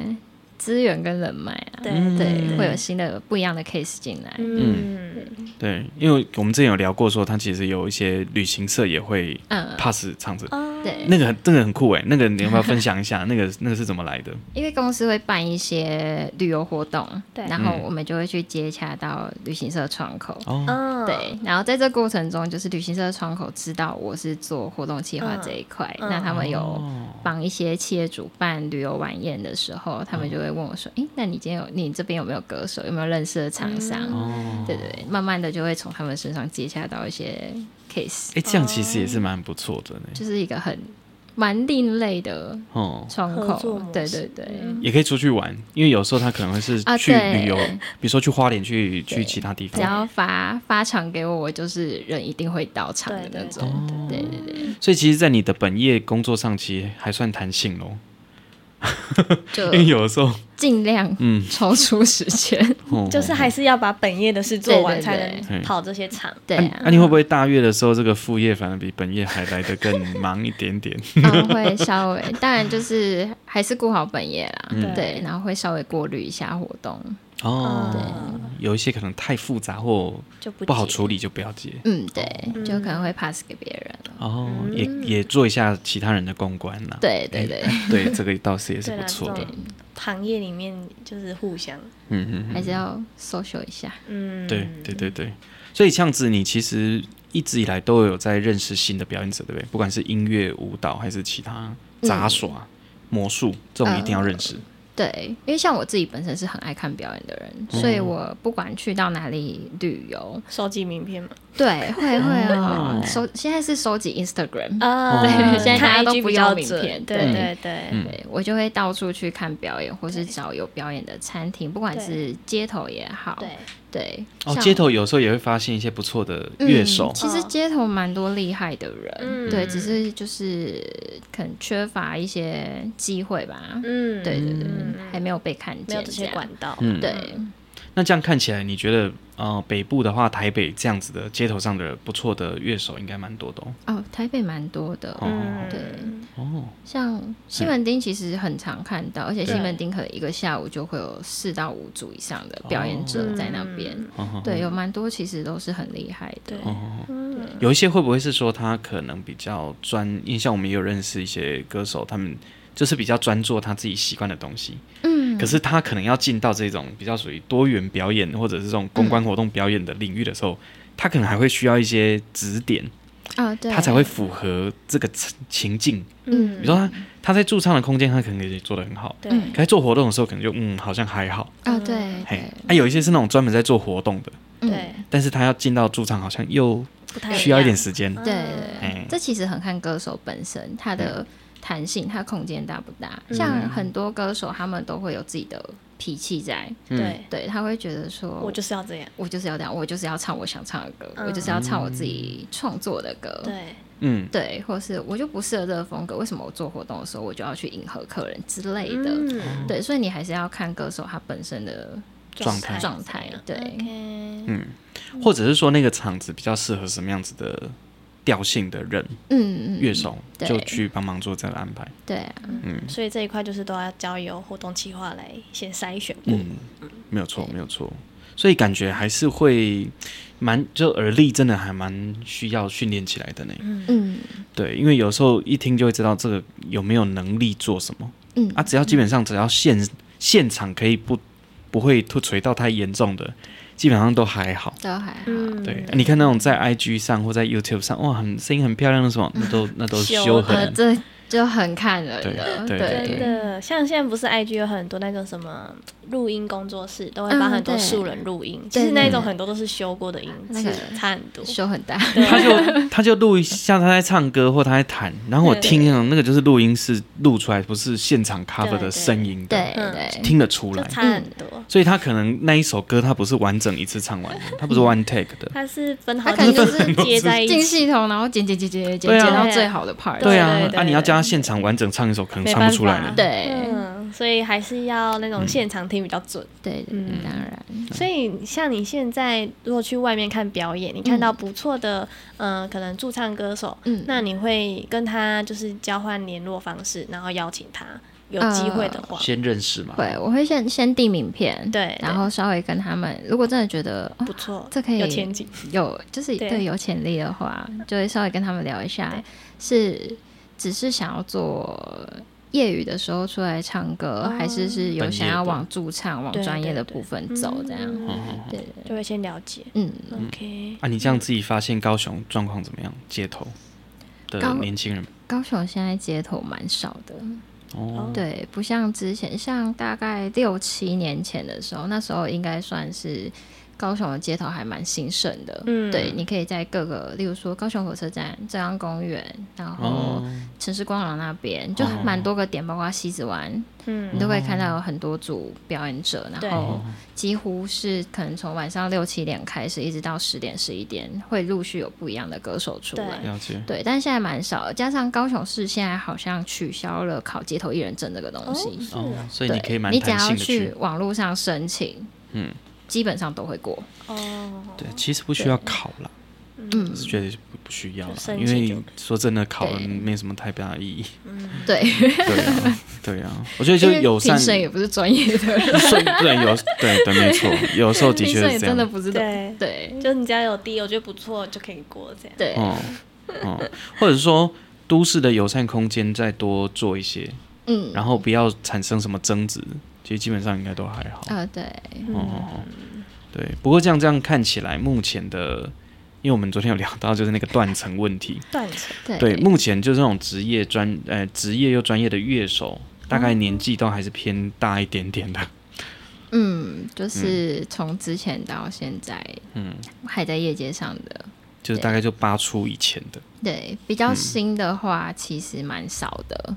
S3: 资源跟人脉啊。
S2: 对
S1: 嗯
S3: 对，会有新的不一样的 case 进来。
S2: 嗯，
S1: 对，因为我们之前有聊过说，它其实有一些旅行社也会
S3: 嗯，
S1: pass 这样子。
S2: 哦，
S3: 对，
S1: 那个很那个很酷哎，那个你要不要分享一下？那个 那个是怎么来的？
S3: 因为公司会办一些旅游活动，
S2: 对
S3: 然后
S1: 嗯
S3: 我们就会去接洽到旅行社窗口。
S1: 哦，
S2: 嗯，
S3: 对，然后在这过程中，就是旅行社的窗口知道我是做活动企划这一块，
S2: 嗯
S3: 那他们有
S1: 哦
S3: 帮一些企业主办旅游晚宴的时候，他们就会问我说：“诶，那你今天有你这边有没有歌手，有没有认识的厂商？”
S1: 哦，
S3: 对对对，慢慢的就会从他们身上接洽到一些 case，
S1: 哎，这样其实也是蛮不错的呢。
S3: 就是一个很蛮另类的
S1: 哦，
S3: 窗
S2: 合作
S3: 口
S2: 模。
S3: 对
S2: 式嗯
S3: 对对，
S1: 也可以出去玩，因为有时候他可能会是
S3: 啊
S1: 去
S3: 对
S1: 旅游，比如说去花莲、去去其他地
S3: 只
S1: 方，
S3: 要发发场给我，我就是人一定会到场的
S2: 对
S3: 那
S2: 对
S3: 种。对对对
S1: 所以其实，在你的本业工作上，其实还算弹性咯。因为
S3: 就
S1: 有的时候，
S3: 尽量
S1: 嗯，
S3: 抽出时 间。
S1: 哦
S2: 就是啊还是要把本业的事做完，
S3: 对对
S2: 才
S3: 对
S2: 能跑这些场。
S3: 对
S1: 那、
S3: 啊，
S1: 啊、你会不会大月的时候，这个副业反而比本业还来得更忙一点点？
S3: 嗯，会稍微，当然就是还是顾好本业啦，
S1: 嗯
S3: 对，然后会稍微过滤一下活动，
S1: 哦，有一些可能太复杂或
S2: 就不
S1: 不好
S2: 接
S1: 处理，就不要接。
S3: 嗯，对，就可能会 pass 给别人了，
S1: 哦，也也做一下其他人的公关啦。哎
S3: 对对对，
S1: 对，这个倒是也是
S2: 对
S1: 不
S2: 啦
S1: 错
S2: 这
S1: 的
S2: 种。行业里面就是互相，
S1: 嗯嗯
S3: 还是要 social 一下，
S1: 嗯，
S2: 嗯，
S1: 对对对对。所以这样子，你其实一直以来都有在认识新的表演者，对不对？不管是音乐、舞蹈还是其他杂耍、魔术，这种一定要认识。
S3: 对，因为像我自己本身是很爱看表演的人，
S1: 哦
S3: 所以我不管去到哪里旅游，
S2: 收集名片嘛，
S3: 对，会会哦
S1: 哦，
S3: 收现在是收集 Instagram，
S2: 啊
S1: 对现
S3: 在大家都不要
S2: 比较准
S3: 名片
S2: 对
S3: 对
S2: 对对，
S1: 嗯
S3: 对，我就会到处去看表演，或是找有表演的餐厅，不管
S2: 对
S3: 是街头也好，
S2: 对，
S3: 对，
S1: 哦，
S3: 像
S1: 街头有时候也会发现一些不错的乐手
S3: 嗯。其实街头蛮多厉害的人，
S2: 嗯
S3: 对，只是就是可能缺乏一些机会吧。
S2: 嗯，
S3: 对对对，
S2: 嗯
S3: 还没有被看见，
S2: 没有这些管。道，
S1: 嗯
S3: 对，
S1: 那这样看起来，你觉得呃，北部的话，台北这样子的街头上的不错的乐手应该蛮多的哦。
S3: 哦，台北蛮多的，
S2: 嗯，
S3: 对，
S1: 哦，
S3: 像西门町其实很常看到，而且西
S1: 对
S3: 门町可能一个下午就会有四到五组以上的表演者在那边。
S2: 嗯
S1: 哦
S3: 对，有蛮多其实都是很厉害的
S2: 对。
S1: 哦，
S2: 嗯
S1: 有一些会不会是说他可能比较专？因为像我们也有认识一些歌手，他们就是比较专做他自己习惯的东西。
S3: 嗯
S1: 可是他可能要进到这种比较属于多元表演或者是这种公关活动表演的领域的时候，他可能还会需要一些指点，
S3: 啊，对，
S1: 他才会符合这个情情境。比
S2: 嗯
S1: 如，说他他在驻唱的空间，他可能也做得很好，
S2: 对，
S3: 嗯
S1: 可在做活动的时候，可能就嗯好像还好。
S3: 啊，对
S1: 嘿啊，
S3: 对，
S1: 有一些是那种专门在做活动的，
S3: 嗯
S2: 对，
S1: 但是他要进到驻唱好像又
S2: 不太
S1: 需要一点
S2: 样
S1: 时间。
S3: 对
S2: 嗯
S1: 哎
S3: 这其实很看歌手本身他的弹性，他空间大不大。
S2: 嗯
S3: 像很多歌手，他们都会有自己的脾气在，
S1: 嗯，
S2: 对，
S3: 对他会觉得说，
S2: 我就是要这样，
S3: 我就是要这样，我就是要唱我想唱的歌，
S2: 嗯
S3: 我就是要唱我自己创作的歌。
S2: 对，
S1: 嗯，
S3: 对，或是我就不适合这个风格，为什么我做活动的时候我就要去迎合客人之类的？
S2: 嗯
S3: 对，所以你还是要看歌手他本身的
S1: 状态嗯
S3: 状态。
S2: 啊
S3: 对，
S2: ，OK，
S1: 或者是说那个场子比较适合什么样子的调性的人
S3: 嗯
S1: 乐
S3: 嗯，
S1: 手，
S3: 对
S1: 就去帮忙做这个安排。
S3: 对啊，
S2: 嗯，所以这一块就是都要交由活动企划来先筛选过，
S1: 嗯，没有错，没有错。所以感觉还是会蛮，就耳力真的还蛮需要训练起来的呢。
S3: 嗯
S1: 对，因为有时候一听就会知道这个有没有能力做什么。啊
S3: 嗯
S1: 啊，只要基本上只要线现场可以不不会吐锤到太严重的，基本上都还好。
S3: 都还好。
S2: 嗯，
S1: 对，你看那种在 IG 上或在 YouTube 上，哇，很声音很漂亮的什么，那都那都是
S2: 修
S1: 修
S2: 的
S1: 很
S3: 呃，这就很看人
S1: 对
S3: 了，
S1: 对对
S2: 真的，像现在不是 IG 有很多那种什么录音工作室，都会帮
S3: 嗯
S2: 很多
S3: 对
S2: 素人录音，其实
S3: 对
S2: 那
S3: 对
S2: 种很多都是修过的音
S3: 那
S2: 质
S3: 个，
S2: 差很多。
S3: 修很大。
S1: 他就他就录一下他在唱歌或他在弹，然后我
S2: 对
S1: 听那种那个就是录音室录出来，不是现场 cover 的
S2: 对 对
S1: 声音的，
S3: 对
S2: 嗯
S3: 对，
S1: 听得出
S2: 就
S1: 来。
S2: 差很多。
S1: 所以他可能那一首歌他不是完整一次唱完的， 他不是 one take 的。
S2: 它是分好
S3: 他
S2: 几
S3: 可能就
S2: 个
S3: 是
S2: 接在一
S3: 进
S2: 起，
S3: 系统，然后剪剪剪剪剪
S1: 对
S3: 剪
S1: 啊
S3: 剪到最好的 part。
S2: 对
S1: 对啊，
S2: 对对
S1: 啊，你要
S2: 对
S1: 叫他现场完整唱一首，可能
S2: 没
S1: 唱不
S2: 办
S1: 出来
S2: 法
S1: 了。
S3: 对
S2: 嗯，所以还是要那
S3: 嗯
S2: 种现场听比较准。
S3: 对对，
S2: 嗯
S3: 对当然。
S2: 所以像你现在如果去外面看表演，你看到不错的，嗯，可能驻唱歌手，
S3: 嗯
S2: 那你会跟他就是交换联络方式，然后邀请他，有机会的话，
S1: 先认识嘛。
S3: 会，我会先先递名片，
S2: 对
S3: 啊然后稍微跟他们，如果真的觉得哦
S2: 不错，
S3: 这可以
S2: 有前景。
S3: 有就是
S2: 对嗯
S3: 对有潜力的话，就会稍微跟他们聊一下
S2: 对，
S3: 是只是想要做业余的时候出来唱歌，还是是有
S1: 本业
S3: 想要
S1: 的
S3: 往驻唱、往
S2: 哦对
S3: 专业
S2: 对
S3: 的
S2: 对
S3: 部分走这样。
S2: 嗯
S1: 哦
S3: 对，
S2: 就会先了解。
S3: 嗯，
S2: OK，
S1: 啊，你这样自己发现高雄状况怎么样？街头的
S3: 高
S1: 年轻人
S3: 高雄现在街头蛮少的，
S1: 哦，
S3: 对，不像之前，像大概六七年前的时候，那时候应该算是高雄的街头还蛮兴盛的。
S2: 嗯
S3: 对，你可以在各个，例如说高雄火车站、中央公园，然后
S1: 哦，
S3: 城市光廊那边，就
S1: 哦
S3: 蛮多个点，包括西子湾，你
S2: 嗯，
S3: 都可以看到有很多组表演者，
S2: 对
S3: 然后
S1: 哦
S3: 几乎是可能从晚上六七点开始，一直到十点十一点，会陆续有不一样的歌手出来。
S1: 了解。
S3: 对，但现在蛮少的，加上高雄市现在好像取消了考街头艺人证这个东西，
S2: 哦
S1: 哦，所以
S3: 啊对，
S1: 你可以蛮
S3: 你只
S1: 弹性
S3: 要
S1: 的
S3: 去。网络上申请，
S1: 嗯，
S3: 基本上都会过。
S2: 哦，
S1: 对，其实不需要考啦，
S3: 嗯
S1: 我，是觉得不不需要啦
S2: 就，申
S1: 因
S2: 请
S1: 为
S2: 就
S1: 说真的，考了
S3: 对
S1: 没什么太大的意 义。
S3: 对，
S1: 对啊，对啊，我觉得就
S3: 因为
S1: 友善
S3: 评，审也不是专业的人，
S1: 顺 对有对对没 错，有时候的
S3: 评
S1: 确
S3: 审
S1: 是
S3: 也
S1: 这
S3: 真
S1: 样
S3: 的。不知道。
S2: 对
S3: 对
S2: 就你只要有低，我觉得不错就可以过这样。
S3: 对，
S1: 哦哦，或者说都市的友善空间再多做一些，
S3: 嗯，
S1: 然后不要产生什么争执，其实基本上应该都还好。
S3: 啊，对，
S2: 嗯
S1: 哦哦哦，对。不过这样这样看起来，目前的，因为我们昨天有聊到就是那个断层问题，
S2: 断层，
S3: 对，
S1: 对，目前就是那种职业专呃职业又专业的乐手，大概年纪都还是偏大一点点
S3: 哦
S1: 的。
S3: 嗯，就是从之前到现在，
S1: 嗯，
S3: 还在业界上的，
S1: 就是大概就八出以前的，
S3: 对，比
S1: 嗯
S3: 较新的话，其实蛮少的，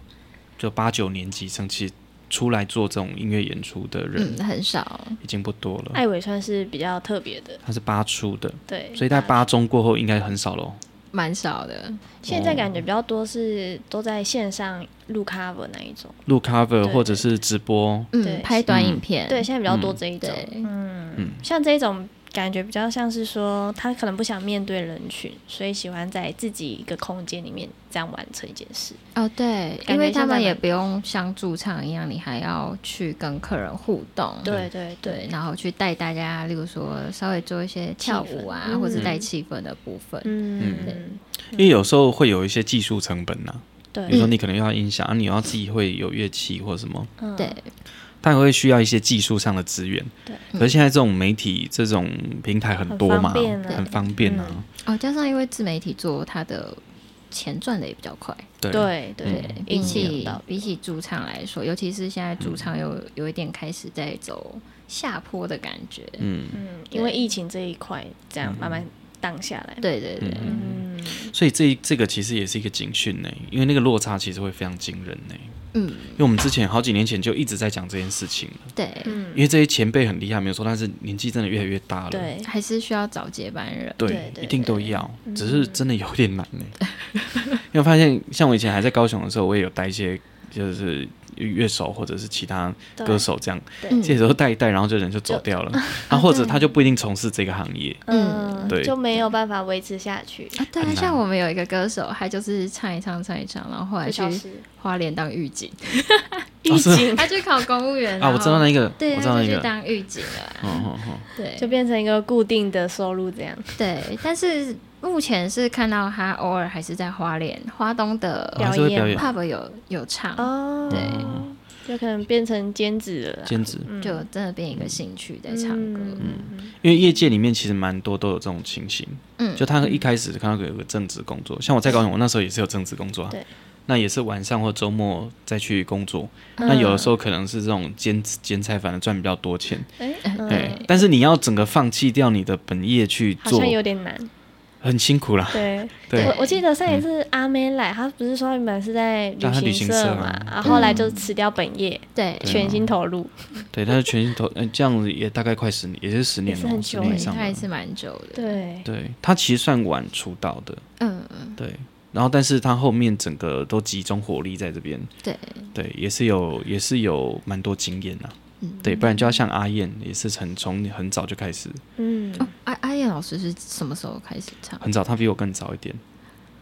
S1: 就八九年级生，其实出来做这种音乐演出的人
S3: 嗯，哎很少，
S1: 已经不多了。
S2: 艾伟算是比较特别的，
S1: 他是八出的，
S2: 对，
S1: 所以在八中过后应该很少喽。
S3: 蛮少的，
S2: 现
S1: 哦
S2: 在感觉比较多是都在线上录 cover 那一种，
S1: 录 cover
S2: 对
S1: 或者是直播，
S2: 对
S3: 嗯，拍短
S1: 嗯
S3: 影片，
S2: 对，现在比较多这一种，
S3: 对，
S2: 嗯，像这一种。感觉比较像是说，他可能不想面对人群，所以喜欢在自己一个空间里面这样完成一件事。
S3: 哦，对，
S2: 感
S3: 因
S2: 觉
S3: 为
S2: 像
S3: 他
S2: 在
S3: 们也
S2: 买
S3: 不用像驻唱一样，你还要去跟客人互动，
S2: 对对
S3: 嗯对，然后去带大家，例如说稍微做一些跳舞啊，
S2: 氛
S3: 或者带
S2: 嗯
S3: 气氛的部分，
S2: 嗯，
S1: 因为有时候会有一些技术成本呐、
S2: 对，
S3: 嗯
S1: 比如说你可能要音响，啊，你要自己会有乐器或什么，
S2: 嗯
S3: 对，
S1: 它会需要一些技术上的资源。
S2: 对，
S1: 可是现在这种媒体这种平台很多嘛，
S2: 很方便啊
S1: 很方便啊。
S3: 哦，加上因为自媒体做它的钱赚的也比较快，
S1: 对，
S2: 对对
S3: 对，，比
S2: 影响
S3: 起
S2: 到
S3: 比起驻唱来说，尤其是现在驻唱又有一点开始在走下坡的感觉，
S1: 嗯，
S2: 嗯，因为疫情这一块，这样慢慢荡下来。，
S3: 对对对，
S2: 嗯，
S1: 所以这这个其实也是一个警讯呢、因为那个落差其实会非常惊人呢、
S3: 嗯，
S1: 因为我们之前好几年前就一直在讲这件事情了，
S3: 对，
S2: 嗯
S1: 因为这些前辈很厉害，没有错，但是年纪真的越来越大了。
S2: 对，
S3: 还是需要找接班人，
S1: 对，
S2: 对对嗯
S1: 一定都要，只是真的有点难呢、 因为我发现，像我以前还在高雄的时候，我也有带一些就是乐手或者是其他
S2: 对
S1: 歌手这样，
S2: 对
S1: 这时候带一带，然后这人就走掉 了，啊，或者他就不一定从事这个行业。
S2: 嗯，
S1: 对
S2: 就没有办法维持下去，
S3: 啊，对
S1: 很
S3: 啊，像
S1: 难
S3: 我们有一个歌手，他就是唱一唱，唱一唱，然后后来
S2: 就
S3: 去
S2: 消失。
S3: 花莲当狱警，
S2: 疫
S1: 哦是
S2: 情
S3: 他去考公务员
S1: 啊，我知道，那个，
S3: 然后对，
S1: 我知道
S3: 他
S1: 那
S3: 就去
S1: 个，
S3: 当狱警了 啊，
S1: 嗯嗯嗯，
S2: 就
S3: 对
S2: 变成一个固定的收入这样。
S3: 对，但是目前是看到他偶尔还是在花莲花东
S1: 我
S3: 的
S1: 还是会表
S2: 表演
S1: 演
S2: 嘛，
S3: pub 有有唱，
S2: 哦，
S3: 对
S2: 就可能变成兼职了啦，
S1: 兼职，
S2: 嗯
S3: 就真的变一个兴趣在唱歌。
S2: 嗯嗯
S1: 因为业界里面其实蛮多都有这种情形，
S3: 嗯
S1: 就他一开始看到有个正职工作，像我在高雄，我那时候也是有正职工作、啊，
S2: 对，
S1: 那也是晚上或周末再去工作，
S2: 嗯
S1: 那有的时候可能是这种兼兼差，反而赚比较多钱，
S2: 哎、
S1: 对、
S2: 嗯，
S1: 但是你要整个放弃掉你的本业去
S2: 好
S1: 做
S2: 像，有点难。
S1: 很辛苦啦。
S2: 对，
S1: 对嗯
S2: 我我记得上一次阿妹来，她不是说你们是在
S1: 对她旅
S2: 旅
S1: 行
S2: 行
S1: 社
S2: 社
S1: 嘛
S2: 嘛，然后后来就辞掉本业，
S3: 对，
S1: 对啊
S2: 全心投入。
S1: 对，但是全心投，呃这样子也大概快十年，也是十年
S2: 也是
S1: 了，
S2: 很
S1: 十
S2: 久
S1: 年
S2: 对
S1: 以上
S3: 他也
S1: 了。
S3: 是蛮久的。
S2: 对，
S1: 对他其实算晚出道的，
S3: 嗯嗯，
S1: 对。然后，但是他后面整个都集中火力在这边，
S3: 对，
S1: 对，也是有也是有蛮多经验呐、
S3: 嗯
S1: 对，不然就要像阿燕，也是很从很早就开始，
S2: 嗯，
S3: 哦，阿阿燕老师是什么时候开始唱？
S1: 很早，他比我更早一点，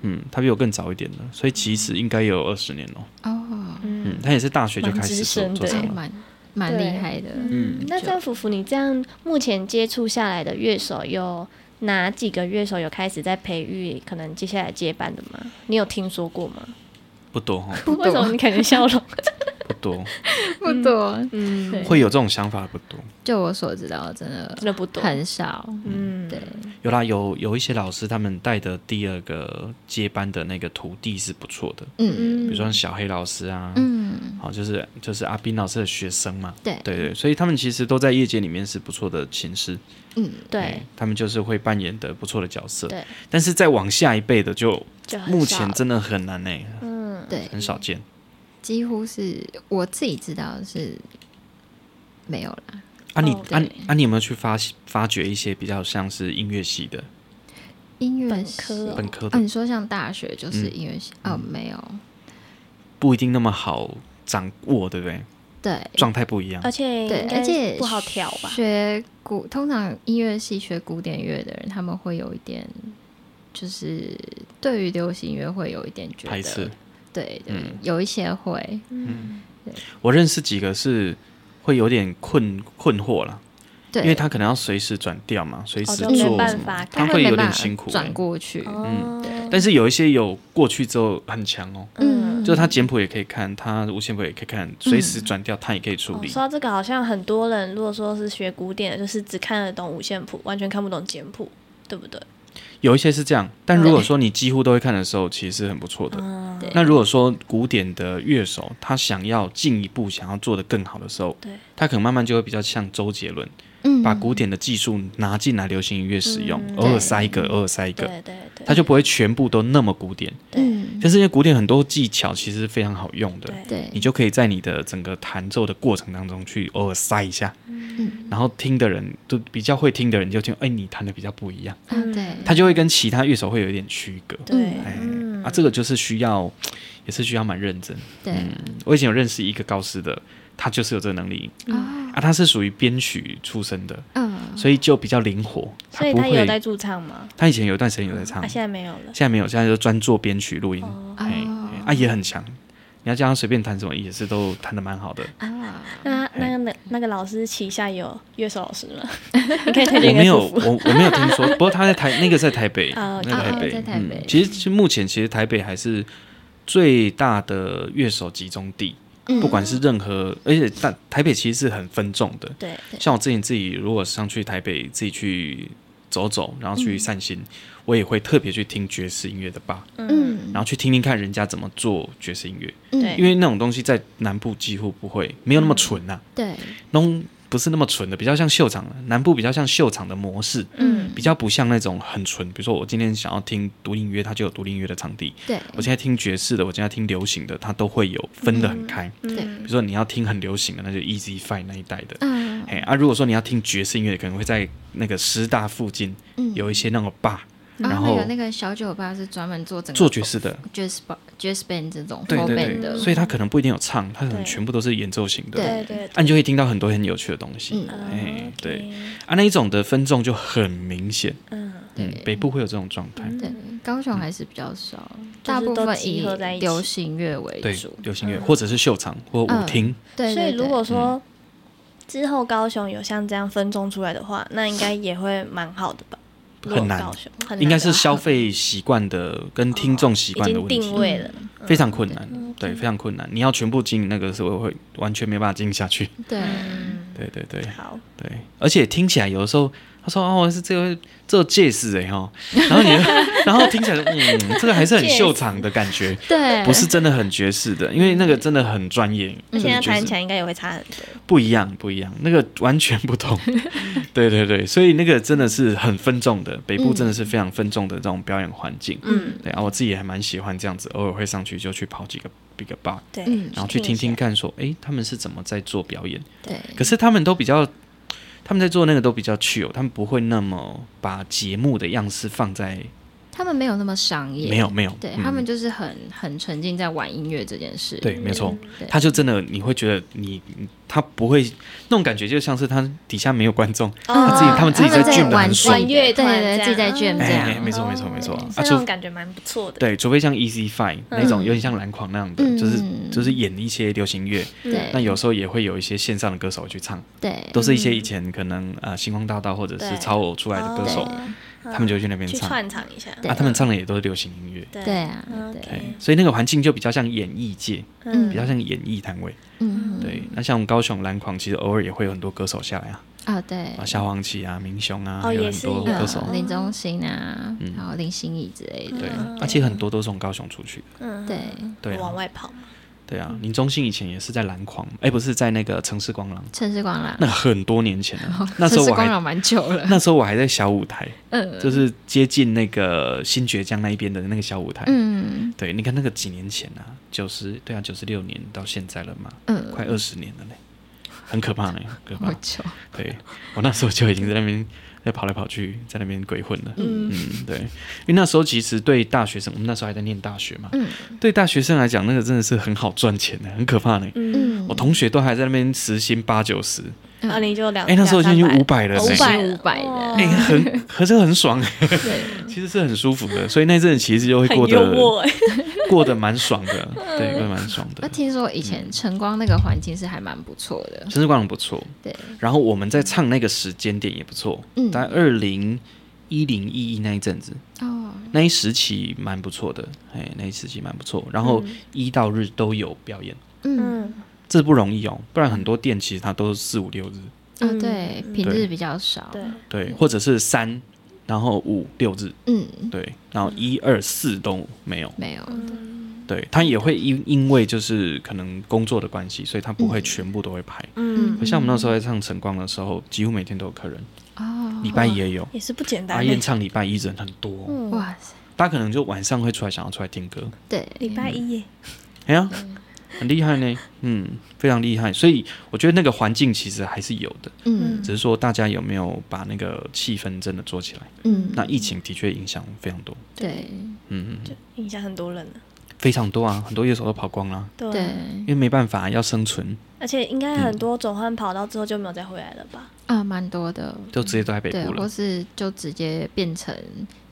S1: 嗯，他比我更早一点了，所以其实应该也有二十年哦，
S3: 哦，
S1: 嗯，他也是大学就
S2: 蛮
S1: 开始
S2: 资
S1: 做
S2: 深
S1: 做
S2: 的欸
S1: 唱
S2: 耶
S1: 了，
S3: 蛮蛮厉害的。
S1: 嗯
S2: 那
S3: 就
S2: 这样福福，你这样目前接触下来的乐手有哪几个乐手有开始在培育，可能接下来接班的吗？你有听说过吗？
S1: 不多哈、
S3: 不
S2: 为什么你感觉笑容？
S1: 不多，
S3: 不多，
S2: 嗯，
S3: 对
S1: 会有这种想法不多。
S3: 就我所知道，真的
S2: 真的不多。
S3: 很少。
S2: 嗯，
S3: 对，
S1: 有啦，有有一些老师他们带的第二个接班的那个徒弟是不错的，
S3: 嗯
S1: 比
S2: 嗯
S1: 如说像小黑老师啊，
S3: 嗯，
S1: 好、就是就是阿斌老师的学生嘛，
S3: 对
S1: 对对，所以他们其实都在业界里面是不错的琴师，
S3: 嗯，
S1: 哎
S2: 对，
S1: 他们就是会扮演的不错的角色。
S2: 对，
S1: 但是再往下一辈的就
S2: 就很
S1: 目
S2: 少
S1: 前真的很难呢、
S2: 嗯，
S3: 对，
S1: 很少见
S3: 几乎是我自己知道是没有啦。
S1: 啊你。
S2: 哦
S1: 啊
S3: 对
S1: 啊，你有没有去发发掘一些比较像是音乐系的
S3: 音乐
S2: 本
S3: 系
S2: 科
S1: 本科
S3: 哦，
S1: 的，嗯
S3: 你说像大学就是音乐系？哦，没有，
S1: 不一定那么好掌握，对不对？
S3: 对，
S1: 状态不一样
S2: 而。且
S3: 对
S2: 应，该
S3: 而且
S2: 不好调吧？
S3: 学古通常音乐系学古典乐的人，他们会有一点，就是对于流行乐会有一点觉得
S1: 排斥。
S3: 对对，
S1: 嗯
S3: 有一些会，
S2: 嗯，
S1: 我认识几个是会有点困困惑啦，
S3: 对，
S1: 因为他可能要随时转调嘛，随时
S2: 哦
S1: 做
S2: 就没
S1: 什
S2: 办
S1: 么
S2: 法，
S1: 他
S3: 会
S1: 会
S3: 没
S1: 有
S3: 办
S1: 点
S3: 法
S1: 辛苦欸、
S3: 转过去，
S2: 哦，对
S1: 但是有一些有过去之后很强哦，
S3: 嗯
S1: 就是他简谱也可以看，他五线谱也可以看，随时转调他也可以处
S2: 哦
S1: 理。
S3: 嗯
S2: 说到这个，好像很多人如果说是学古典的，就是只看得懂五线谱，完全看不懂简谱，对不对？
S1: 有一些是这样，但
S2: 嗯
S1: 如果说你几乎都会看的时候，其实是很不错的。
S2: 嗯，
S3: 对
S1: 那如果说古典的乐手他想要进一步想要做得更好的时候，
S2: 对，
S1: 他可能慢慢就会比较像周杰伦，
S3: 嗯
S1: 把古典的技术拿进来流行音乐使用，
S2: 嗯
S1: 偶尔
S3: 对
S1: 塞一个，偶尔塞一个，
S2: 对对对，
S1: 他就不会全部都那么古典。
S2: 对
S3: 嗯
S1: 但是因为古典很多技巧其实是非常好用的，
S2: 对
S3: 对
S1: 你就可以在你的整个弹奏的过程当中去偶尔塞一下，
S2: 嗯
S1: 然后听的人就比较会听的人就听，哎，你弹的比较不一样，
S3: 啊对，
S1: 他就会跟其他乐手会有一点区隔。
S2: 嗯对
S1: 哎，
S2: 嗯
S1: 啊，这个就是需要，也是需要蛮认真。
S3: 对
S1: 我以前有认识一个高师的，他就是有这个能力
S3: 啊
S1: 啊，他是属于编曲出身的，
S3: 嗯
S1: 所以就比较灵活。
S2: 哦所以
S1: 不
S2: 他有
S1: 会，
S2: 在驻唱吗？
S1: 他以前有一段时间有在唱，
S2: 啊，现
S1: 现
S2: 在没有了。
S1: 在没有，现在就专做编曲录音。
S2: 哦，
S1: 哎
S3: 哦
S1: 哎啊，也很强。你要叫他随便弹什么，也是都弹的蛮好 的。
S3: 啊
S1: 嗯
S2: 那那个那那个老师旗下有乐手老师 吗？你可以推
S1: 我
S2: 荐
S1: 没
S2: 给
S1: 有，
S2: 福福。
S1: 我我没有听 说，不过他在台那个在台北，
S2: 哦
S1: 那个台北，
S3: 哦在台北
S1: 嗯，其实其实目前其实台北还是最大的乐手集中地，
S2: 嗯
S1: 不管是任何，而且但台北其实是很分众的。
S2: 对，
S1: 像我之前自己如果上去台北自己去走走，然后去散心，我也会特别去听爵士音乐的吧，
S2: 嗯，
S3: 嗯
S1: 然后去听听看人家怎么做爵士音乐，
S2: 对
S1: 因为那种东西在南部几乎不会，没有那么纯呐、啊，
S3: 对嗯
S1: 弄不是那么纯的，比较像秀场，啊南部比较像秀场的模式。
S3: 嗯
S1: 比较不像那种很纯，比如说我今天想要听独立音乐，它就有独立音乐的场地；
S3: 对
S1: 我现在听爵士的，我现在听流行的，它都会有分得很开。
S3: 嗯
S2: 嗯
S1: 比如说你要听很流行的，那就 Easy Five 那一带的。
S3: 嗯
S1: 哎、啊，如果说你要听爵士音乐，可能会在那个师大附近
S3: 嗯
S1: 有一些那种 bar，、
S3: 然
S1: 然
S3: 后
S1: 后
S3: 有那个小酒吧是专门做整个
S1: 做爵士的。
S3: jazz bar jazz band 这种 f
S1: 对
S3: o
S1: 对
S3: band
S1: 对，
S3: 的，
S1: 所以它可能不一定有唱，它可能
S2: 对
S1: 全部都是演奏型的。
S2: 对
S3: 对
S2: 对
S1: 啊，你就会听到很多很有趣的东西。
S3: 嗯
S1: 哎
S2: 对，
S1: 对
S2: OK，
S1: 啊，那一种的分众就很明显。
S2: 嗯，
S1: 嗯，北部会有这种状态。
S3: 对，高
S1: 嗯
S3: 雄还是比较少，
S2: 就
S3: 大
S2: 是
S3: 部
S2: 都
S3: 分
S2: 集
S3: 以
S2: 合在一起
S3: 流行乐为
S1: 对
S3: 主。
S1: 流行乐，或者是秀场或舞
S3: 嗯
S1: 厅，
S3: 对，
S2: 所以
S3: 对
S2: 如
S3: 对
S2: 果
S1: 嗯
S2: 说之后高雄有像这样分众出来的话，那应该也会蛮好的吧？
S1: 不
S2: 落
S1: 很难
S2: 高雄，很难
S1: 应该是
S2: 的
S1: 消费习惯的跟听众习
S2: 已
S1: 惯的
S2: 经
S1: 问题
S2: 定，位了，
S1: 非常困难，
S2: 嗯
S1: 对，非常困难。你要全部经营那个是我会完全没办法经营下去。
S3: 对，
S2: 嗯，
S1: 对对对
S2: 好，
S1: 对，而且听起来有的时候他说哦是这个这介死哎哈，然后你然后听起来嗯这个还是很秀场的感觉，
S3: 对，
S1: 不是真的很爵士的，因为那个真的很专业，
S2: 那现在
S1: 就是爵士
S2: 弹起来应该也会差很多。
S1: 不一样不一样，那个完全不 同。对对对，所以那个真的是很分众的，北部真的是
S3: 嗯
S1: 非常分众的这种表演环境。
S2: 嗯，
S1: 对啊，我自己也还蛮喜欢这样子，偶尔会上去就去跑几个 big bar，
S2: 对，
S3: 嗯
S1: 然后去听
S2: 一
S1: 听
S2: 下，
S1: 看说，诶，他们是怎么在做表演。
S3: 对，
S1: 可是他们都比较，他们在做那个都比较 chill，他们不会那么把节目的样式放在
S3: 他们没有那么商业，
S1: 没有没有，
S3: 对、
S1: 嗯
S3: 他们就是很很沉浸在玩音乐这件事，
S1: 对，没错
S3: 对，
S1: 他就真的你会觉得你他不会那种感觉，就像是他底下没有观众，
S3: 嗯，
S1: 他
S2: 哦
S1: 自己他们自己在
S3: 玩
S1: jam 得很爽
S3: 玩乐团
S2: 玩乐团
S3: 对对，自己在
S2: 这样
S3: jam
S2: 嗯
S3: 这
S1: 哎、
S3: 样，
S1: 没错没错没错
S2: 哦
S1: 啊，
S2: 像那
S1: 除
S2: 种感觉蛮不错的。
S1: 对，除非像 Easy Fine、
S2: 嗯
S1: 那种有点像蓝狂那样的，就是
S3: 嗯
S1: 就是演一些流行乐，
S2: 嗯
S1: 那
S3: 对
S1: 有时候也会有一些线上的歌手去唱，
S3: 对
S1: 都是一些以前可能啊、呃星光大道或者
S2: 嗯对
S1: 是超偶出来的歌手，
S2: 哦
S1: 他们就会去那边
S2: 去
S1: 唱，
S2: 串场一下，
S1: 啊，他们唱的也都是流行音乐。
S2: 对
S3: 对啊，
S2: OK
S3: 对，
S1: 对，所以那个环境就比较像演艺界，
S2: 嗯
S1: 比较像演艺摊位。
S3: 嗯
S1: 对，那像我们高雄蓝狂，其实偶尔也会有很多歌手下来啊，
S3: 啊对
S1: 啊，夏黄旗啊、明雄啊，
S2: 哦
S1: 还有
S2: 也
S1: 很
S2: 是
S1: 多
S2: 有
S1: 歌手
S3: 嗯。林宗兴啊
S1: 嗯，
S3: 还有林心怡之类的，
S1: 对
S2: 嗯，
S1: 而且很多都是从高雄出去的。
S2: 嗯
S3: 对
S1: 对啊
S2: 往外跑嘛，
S1: 对啊，林中信以前也是在蓝狂，哎，不是在那个城市光廊，
S3: 陈世光啦
S1: 那，很多年前 了。那时候
S3: 陈世
S1: 我
S3: 哦光
S1: 还
S3: 啦蛮久了，
S1: 那时候我还在小舞台，
S3: 嗯
S1: 就是接近那个新爵江那一边的那个小舞台。
S3: 嗯
S1: 对，你看那个几年前啊，九十对啊，九十六年到现在了嘛，
S3: 嗯，Oh
S1: 快二十年了嘞，很可 怕呢，很可
S3: 好
S1: 怕。
S3: 久，
S1: 对我那时候就已经在那边 在跑来跑去，在那边鬼混了。
S2: 嗯
S1: 嗯，对，因为那时候其实对大学生，我们那时候还在念大学嘛，
S3: 嗯
S1: 对大学生来讲，那个真的是很好赚钱的，很可怕呢。
S2: 嗯，
S3: 嗯，
S1: 我同学都还在那边时薪八九十，
S3: 嗯
S2: 那你就两，
S1: 哎，那时候已经
S2: 两三
S1: 五百了呢，
S2: 哦500
S3: 五百
S2: 哦
S1: 哎，
S3: 的，
S1: 很可是很爽，欸
S3: 对，
S1: 其实是很舒服的，所以那阵子其实就会
S2: 很
S1: 过
S2: 幽
S1: 得
S2: 默哎，
S1: 过得蛮爽的，对，过得蛮爽
S3: 那
S1: 的。
S3: 听说以
S1: 嗯
S3: 前晨光那个环境是还蛮不错的，
S1: 城市光廊不错，
S3: 对，
S1: 然后我们在唱那个时间点也不错，
S3: 嗯
S1: 大概二零一零一一那一阵子，
S3: 哦，
S1: 那一时期蛮不错的，哎，那一时期蛮不错。然后一到日都有表演，
S3: 嗯，
S2: 嗯，
S1: 这不容易哦，不然很多店其实它都是四五六日，
S3: 啊
S2: 嗯
S3: 对，
S2: 嗯
S3: 平日比较少，
S2: 对，
S1: 对，或者是三，然后五六日，
S3: 嗯，
S1: 对，然后一二四都没有，
S3: 没有，
S2: 嗯
S1: 对，他也会因因为就是可能工作的关系，所以他不会全部都会排。
S2: 嗯，
S1: 可像我们那时候在唱晨光的时候，几乎每天都有客人，
S3: 哦，
S1: 礼拜一也有。
S2: 也是不简单
S1: 阿
S2: 欸，
S1: 燕唱礼拜一人很多，
S2: 嗯，
S3: 哇塞，
S1: 大家可能就晚上会出来想要出来听歌，
S3: 对，
S2: 礼拜一耶，
S1: 哎呀，
S3: 嗯
S1: 很厉害呢，嗯，非常厉害。所以我觉得那个环境其实还是有的，
S3: 嗯
S1: 只是说大家有没有把那个气氛真的做起来。
S3: 嗯，
S1: 那疫情的确影响非常多，
S3: 对
S1: 嗯，
S2: 就影响很多人了，
S1: 非常多啊，很多乐手都跑光了，
S2: 对啊
S3: 对，
S1: 因为没办法要生存，
S2: 而且应该很多转换跑道之后就没有再回来了吧？
S3: 啊，蛮多的，
S1: 就直接都在北
S3: 对，
S1: 部
S3: 或
S1: 了，
S3: 是就直接变成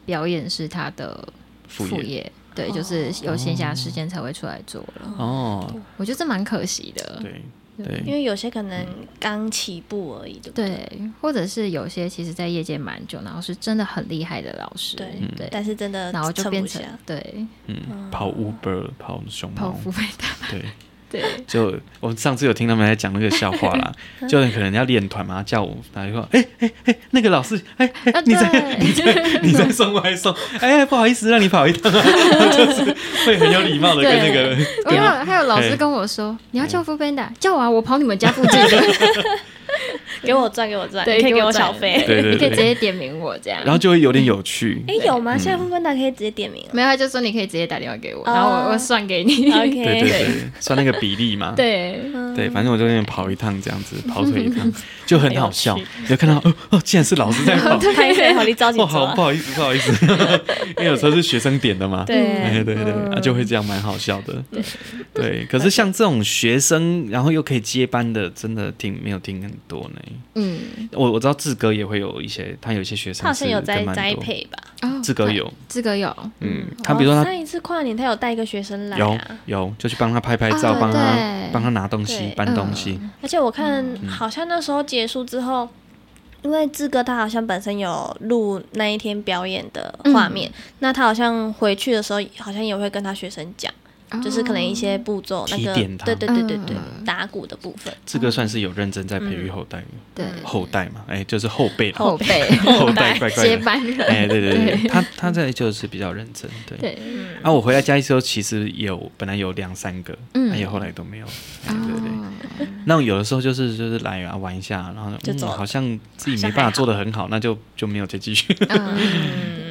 S3: 表演是他的
S1: 副
S3: 副
S1: 业。
S3: 业，对，就是有闲暇时间才会出来做了，
S1: 哦，
S3: 我觉得这蛮可惜的，
S1: 对
S2: 因
S1: 对，
S2: 为有些可能刚起步而已，对不对？
S3: 对，或者是有些其实在业界蛮久，然后是真的很厉害的老师，
S2: 对
S3: 对，
S2: 但是真的
S3: 然后就
S2: 撑
S3: 变
S2: 不
S3: 成
S2: 下，
S3: 对
S1: 嗯，跑 Uber，跑熊
S3: 泡
S1: 猫，
S3: 芙被打，
S1: 对。
S3: 对，
S1: 就我上次有听他们在讲那个笑话啦，就可能要练团嘛，叫我打电话，哎哎哎，那个老师，哎、哎、
S3: 啊
S1: 你在
S3: 对
S1: 你在你在送外送，哎、不好意思，让你跑一趟、啊， 就是会很有礼貌的跟那个
S3: 我有
S1: 跟
S3: 还有老师
S1: 哎
S3: 跟我说，你要叫 f o o p a n d a 叫我啊，我跑你们家附近的，
S2: 给我赚，给我赚，
S3: 对
S2: 你可以
S3: 给
S2: 给
S3: 我
S2: 我
S3: 赚
S2: 小费。
S1: 对对对
S3: 你可以直接点名我这样。
S1: 然后就会有点有趣，
S2: 哎，有
S3: 嗯
S2: 吗？现在富芬达可以直接点名了。啊
S3: 没有，他就说你可以直接打电话给我，
S2: 哦
S3: 然后我我算给你。
S2: OK，
S1: 对对对，算那个比例嘛，
S3: 对，
S1: 对，反正我就在那边跑一趟这样子，跑腿一趟就很好笑，你就看到哦哦，竟然是老师在跑，
S2: 拍谁好，你着急
S1: 哦，好不
S2: 抓。
S1: 好意思，不好意思， 因为有时候是学生点的嘛，哎，
S2: 对，
S1: 对对，啊，就会这样，蛮好笑的。 对，可是像这种学生，然后又可以接班的，真的挺没有听很多呢。
S3: 嗯，
S1: 我我知道志哥也会有一些，他有一些学生
S2: 他好像有
S1: 是跟
S2: 在
S1: 蛮多
S2: 栽，培吧？
S3: 哦
S1: 志哥，有，
S3: 志哥有，
S1: 嗯，他比如说
S2: 哦
S1: 他
S2: 上一次跨年，他有带一个学生来
S1: 有
S2: 啊。哦
S1: 有就去帮他拍拍
S3: 啊
S1: 照，帮他
S3: 对
S1: 帮他拿东西
S2: 对嗯
S1: 搬东西，嗯
S3: 嗯
S2: 而且我看好像那时候结束之后，因为志哥他好像本身有录那一天表演的画面，
S3: 嗯
S2: 那他好像回去的时候好像也会跟他学生讲，就是可能一些步骤那
S1: 提
S2: 个，
S1: 点他
S2: 对对对对对，
S3: 哦嗯
S2: 打鼓的部分，
S1: 这个算是有认真在培
S2: 嗯
S1: 育后代，
S3: 对
S1: 后代嘛，哎，就是后辈了，
S3: 后辈
S1: 后代怪怪的
S3: 接班人，
S1: 哎，对对对，
S3: 对
S1: 他他这就是比较认真，对。
S3: 对，
S2: 嗯，
S1: 啊，我回来嘉义之后，其实有本来有两三个，
S3: 嗯
S1: 哎呀，后来都没有，哎对
S2: 哦
S1: 对对。
S3: 对，
S1: 那有的时候就是就是来啊玩一下，然后
S2: 就走
S1: 嗯、
S2: 了
S1: 好像自己没办法做的很好，那就就没有再继续。
S3: 嗯，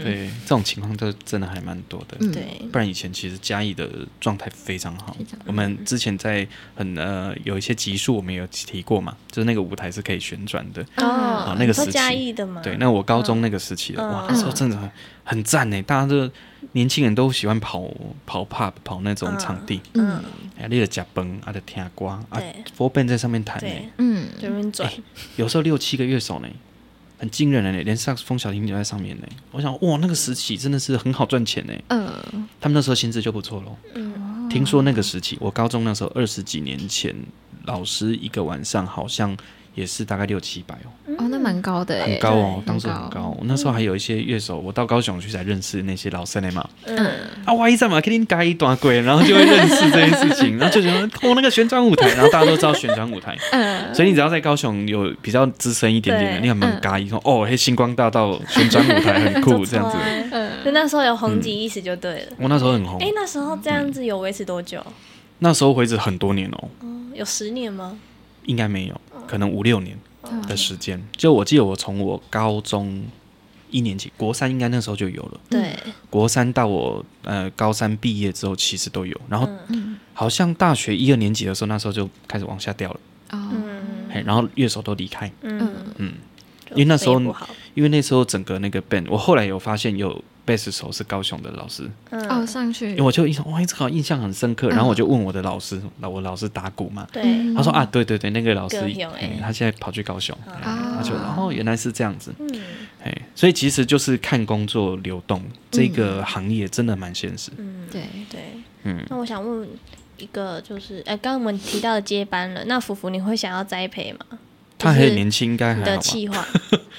S1: 对，这种情况就真的还蛮多的。
S3: 嗯
S2: 对，
S1: 不然以前其实嘉义的状态非常好
S3: 非常好，
S1: 我们之前在很呃有一些集数我们有提过嘛，就是那个舞台是可以旋转的。
S3: 哦
S1: 啊那个
S2: 你说
S1: 时期
S2: 嘉义的嘛，
S1: 对，那我高中那个时期的，
S2: 嗯嗯
S1: 哇，那时候真的很很赞呢，大家都年轻人都喜欢跑跑 pub 跑那种场地，
S2: 嗯
S3: 嗯，
S1: 哎、你的夹崩啊，你就听歌啊
S2: 对
S1: ，four band 在上面弹呢
S2: 对，，
S3: 嗯，
S2: 这边转，
S1: 哎有时候六七个乐手呢，很惊人呢，连萨克斯风、小提琴都在上面呢。我想，哇，那个时期真的是很好赚钱呢。
S3: 呃，
S1: 他们那时候薪资就不错喽。
S2: 嗯，
S1: 听说那个时期，我高中那时候二十几年前，老师一个晚上好像也是大概六七百哦，
S2: 嗯
S3: 哦，那蛮高的，
S1: 很高哦，
S2: 对
S1: 当时
S3: 很
S1: 很
S3: 高
S1: 高。我那时候还有一些乐手，我到高雄去才认识那些老师呢嘛。
S2: 嗯，
S1: 啊，哇一上嘛，肯定改一段鬼，然后就会认识这件事情，然后就觉得哦，那个旋转舞台，然后大家都知道旋转舞台。
S3: 嗯，
S1: 所以你只要在高雄有比较资深一点点的，
S2: 对嗯
S1: 你很蛮嘎一说哦，嘿，星光大道旋转舞台很酷
S2: 不错
S1: 这样子。嗯
S2: 啊
S3: 嗯
S2: 就那时候有红极一时就对了。
S1: 我那时候很红
S2: 哎、，那时候这样子有维持多久？
S1: 那时候回职很多年哦，
S2: 嗯，有十年吗？
S1: 应该没有，
S2: 哦
S1: 可能五六年
S3: 嗯
S1: 的时间。就我记得我从我高中一年级，国三应该那时候就有了，
S2: 对，
S1: 国三到我呃高三毕业之后其实都有，然后
S2: 嗯
S3: 嗯，
S1: 好像大学一二年级的时候，那时候就开始往下掉了，
S3: 哦，
S2: 嗯
S1: 嘿，然后乐手都离开，
S2: 嗯，
S3: 嗯，
S1: 嗯，
S2: 就
S1: 因为那时候
S2: 生意不好，
S1: 因为那时候整个那个 band，我后来有发现有贝斯手是高雄的老师，
S2: 嗯，
S3: 哦，上去
S1: 因为，我就印象哇，这个印象很深刻。然后我就问我的老师，那我老师打鼓嘛，
S2: 对，
S1: 他说啊，对对对，那个老师
S2: 高雄，
S1: 哎
S2: 嗯哎，
S1: 他现在跑去高雄，哎
S3: 啊
S1: 他就哦，原来是这样子，
S2: 嗯
S1: 哎，所以其实就是看工作流动这个行业真的蛮现实，
S2: 嗯，
S3: 对，
S2: 对。
S1: 嗯，
S2: 那我想问一个，就是哎，刚刚我们提到的接班人，那福福你会想要栽培吗？
S1: 他还很年轻，应该
S2: 你
S1: 还
S2: 的
S1: 好吧？
S2: 计 划，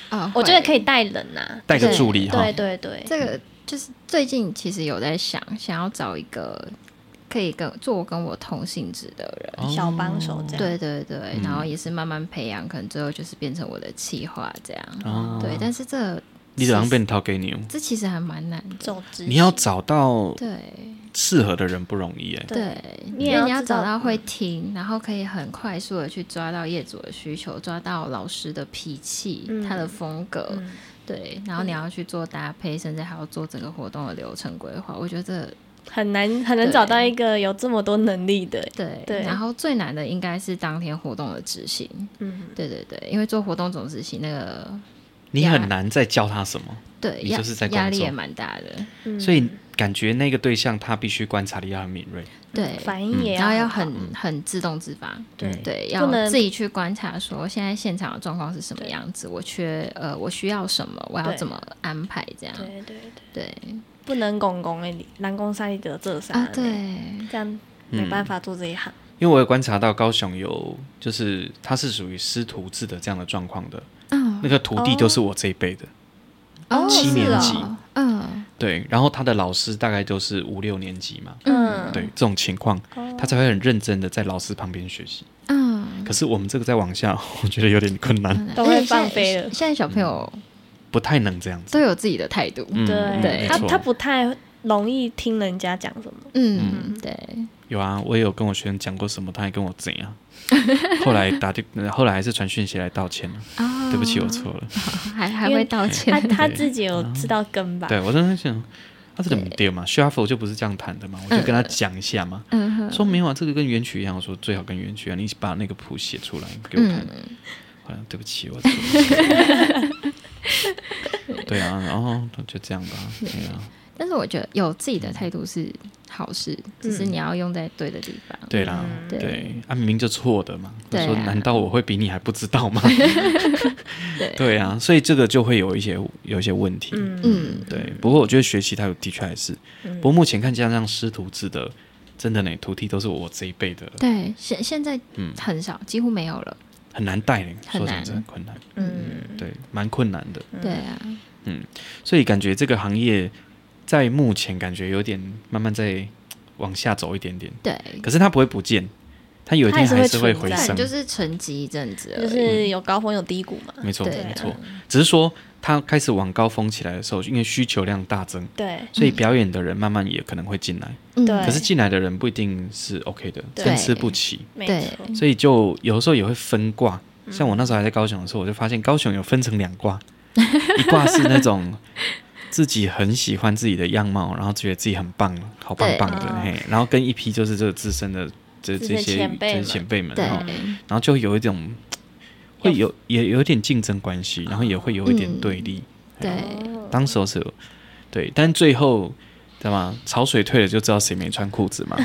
S3: 啊，
S2: 我觉得可
S3: 以，
S2: 以带人呐，
S1: 带个
S3: 对
S1: 助理哈
S2: 对，对对，
S3: 这个就是最近其实有在想，想要找一个可以跟做跟我同性质的人。
S1: 哦
S2: 小帮手这样
S3: 对对
S1: 嗯
S3: 对，然后也是慢慢培养，可能最后就是变成我的企划这样。
S1: 哦
S3: 对，但是这
S1: 你怎样被掏给你
S2: 嗯
S1: 哦？
S3: 这其实还蛮难的。
S2: 走之
S1: 你要找到
S3: 对
S1: 适合的人不容易哎，
S2: 对
S3: 对，
S2: 你也
S3: 因为
S2: 要
S3: 你要
S2: 知道
S3: 找到会听，然后可以很快速的去抓到业主的需求，抓到老师的脾气、
S2: 嗯
S3: 他的风格，
S2: 嗯
S3: 对，然后你要去做搭配，甚至还要做整个活动的流程规划。我觉得
S2: 很难很难找到一个有这么多能力的，
S3: 对，
S2: 对
S3: 然后最难的应该是当天活动的执行。
S2: 嗯，
S3: 对对对，因为做活动总执行那个
S1: 你
S3: 呀
S1: 很难再教他什么，
S3: 对
S1: 你
S3: 压
S1: 就是在工
S3: 压力
S1: 作
S3: 也蛮大的。
S2: 嗯
S1: 所以感觉那个对象他必须观察力要很敏锐，
S3: 对，
S2: 反应也
S3: 然后要
S1: 嗯
S2: 好
S3: 很很自动自发，
S2: 对
S3: 对，
S2: 不
S3: 要
S2: 能
S3: 自己去观察说现在现场的状况是什么样子，我缺呃我需要什么，我要
S2: 对
S3: 怎么安排这样，
S2: 对对对，
S3: 对
S2: 不能拱拱诶，南宫三里得这三
S3: 啊，对，
S2: 这样没办法做这一行，
S1: 因为我有观察到高雄有，就是它是属于师徒制的这样的状况的，
S3: 嗯
S1: 那个徒弟就是我这一辈的，
S3: 哦
S1: 七
S3: 是
S1: 年
S3: 哦
S1: 级
S3: 嗯
S1: 对，然后他的老师大概都是五六年级嘛，
S3: 嗯
S1: 对，这种情况
S2: 哦
S1: 他才会很认真的在老师旁边学习。
S3: 嗯，
S1: 可是我们这个再往下，我觉得有点困难，
S2: 都
S3: 而且
S2: 会放
S3: 现在
S2: 飞了
S3: 现在小朋友
S1: 不太能这样子。
S3: 都有自己的态度，
S1: 嗯，嗯
S3: 对
S2: 对他
S1: 没错
S2: 他不太容易听人家讲什么，
S3: 嗯，对，
S1: 有啊，我也有跟我学生讲过什么，他还跟我怎样。后来打电，呃后来还是传讯息来道歉了，
S3: 啊
S1: 对不起，我错了。
S3: 还还
S2: 因
S3: 会
S2: 为
S3: 道
S2: 他
S3: 歉，
S2: 他自己有知道根吧？
S1: 对我当时想，他这个不对嘛，shuffle 就不是这样弹的嘛，我就跟他讲一下嘛。
S3: 嗯哼，
S1: 说没有啊，这个跟原曲一样。我说最好跟原曲一样，啊你把那个谱写出来给我看。
S3: 嗯
S1: 好像对不起，我错了 对啊，然后就这样吧。对啊，
S3: 但是我觉得有自己的态度是好事，只
S2: 嗯
S3: 是你要用在对的地方，
S1: 对啦，
S3: 对
S1: 对啊，明明就错的嘛。我
S3: 嗯对啊
S1: 说难道我会比你还不知道吗？
S3: 对
S1: 对啊，所以这个就会有一些有一些问题。
S2: 嗯，
S3: 嗯。
S1: 对，不过我觉得学习它有的确还是，不过目前看加上师徒制的，真的呢，徒弟都是我这一辈的，
S3: 对，现现在
S1: 嗯
S3: 很少，几乎没有了。
S1: 很难带呢。
S3: 很
S1: 说真的
S3: 难
S1: 困难。
S2: 嗯，
S1: 对，蛮困难的。
S3: 对啊，
S1: 所以感觉这个行业在目前感觉有点慢慢在往下走一点点，
S3: 对，
S1: 可是它不会不见，它有一天
S2: 嗯它还
S1: 还
S2: 是
S1: 是
S2: 会
S1: 会回
S2: 存
S1: 升
S2: 在
S3: 但，就是沉寂一阵子而
S2: 就
S3: 已，
S2: 是有高峰有低谷嘛。
S1: 没错
S3: 对啊
S1: 没错。只是说它开始往高峰起来的时候，因为需求量大增，
S2: 对
S1: 所以表演的人慢慢也可能会进来，
S2: 嗯
S3: 嗯
S2: 对
S1: 可是进来的人不一定是 OK 的，
S2: 对
S1: 参差不齐，
S2: 没
S3: 对
S2: 错，
S1: 所以就有时候也会分挂。像我那时候还在高雄的时候，我就发现高雄有分成两挂，一挂是那种自己很喜欢自己的样貌，然后觉得自己很棒，好棒棒的
S2: 对，
S1: 嘿，然后跟一批就是这个资深的这
S2: 资
S1: 这
S2: 深
S1: 些
S2: 前辈
S1: 这
S2: 们
S1: 些前辈们，
S3: 对
S1: 然后然后就有一种会有也有一点竞争关系，然后也会有一点
S3: 嗯
S1: 对立。
S3: 对，
S2: 哦
S1: 当时候是有，对，但最后，对吗？潮水退了就知道谁没穿裤子 嘛，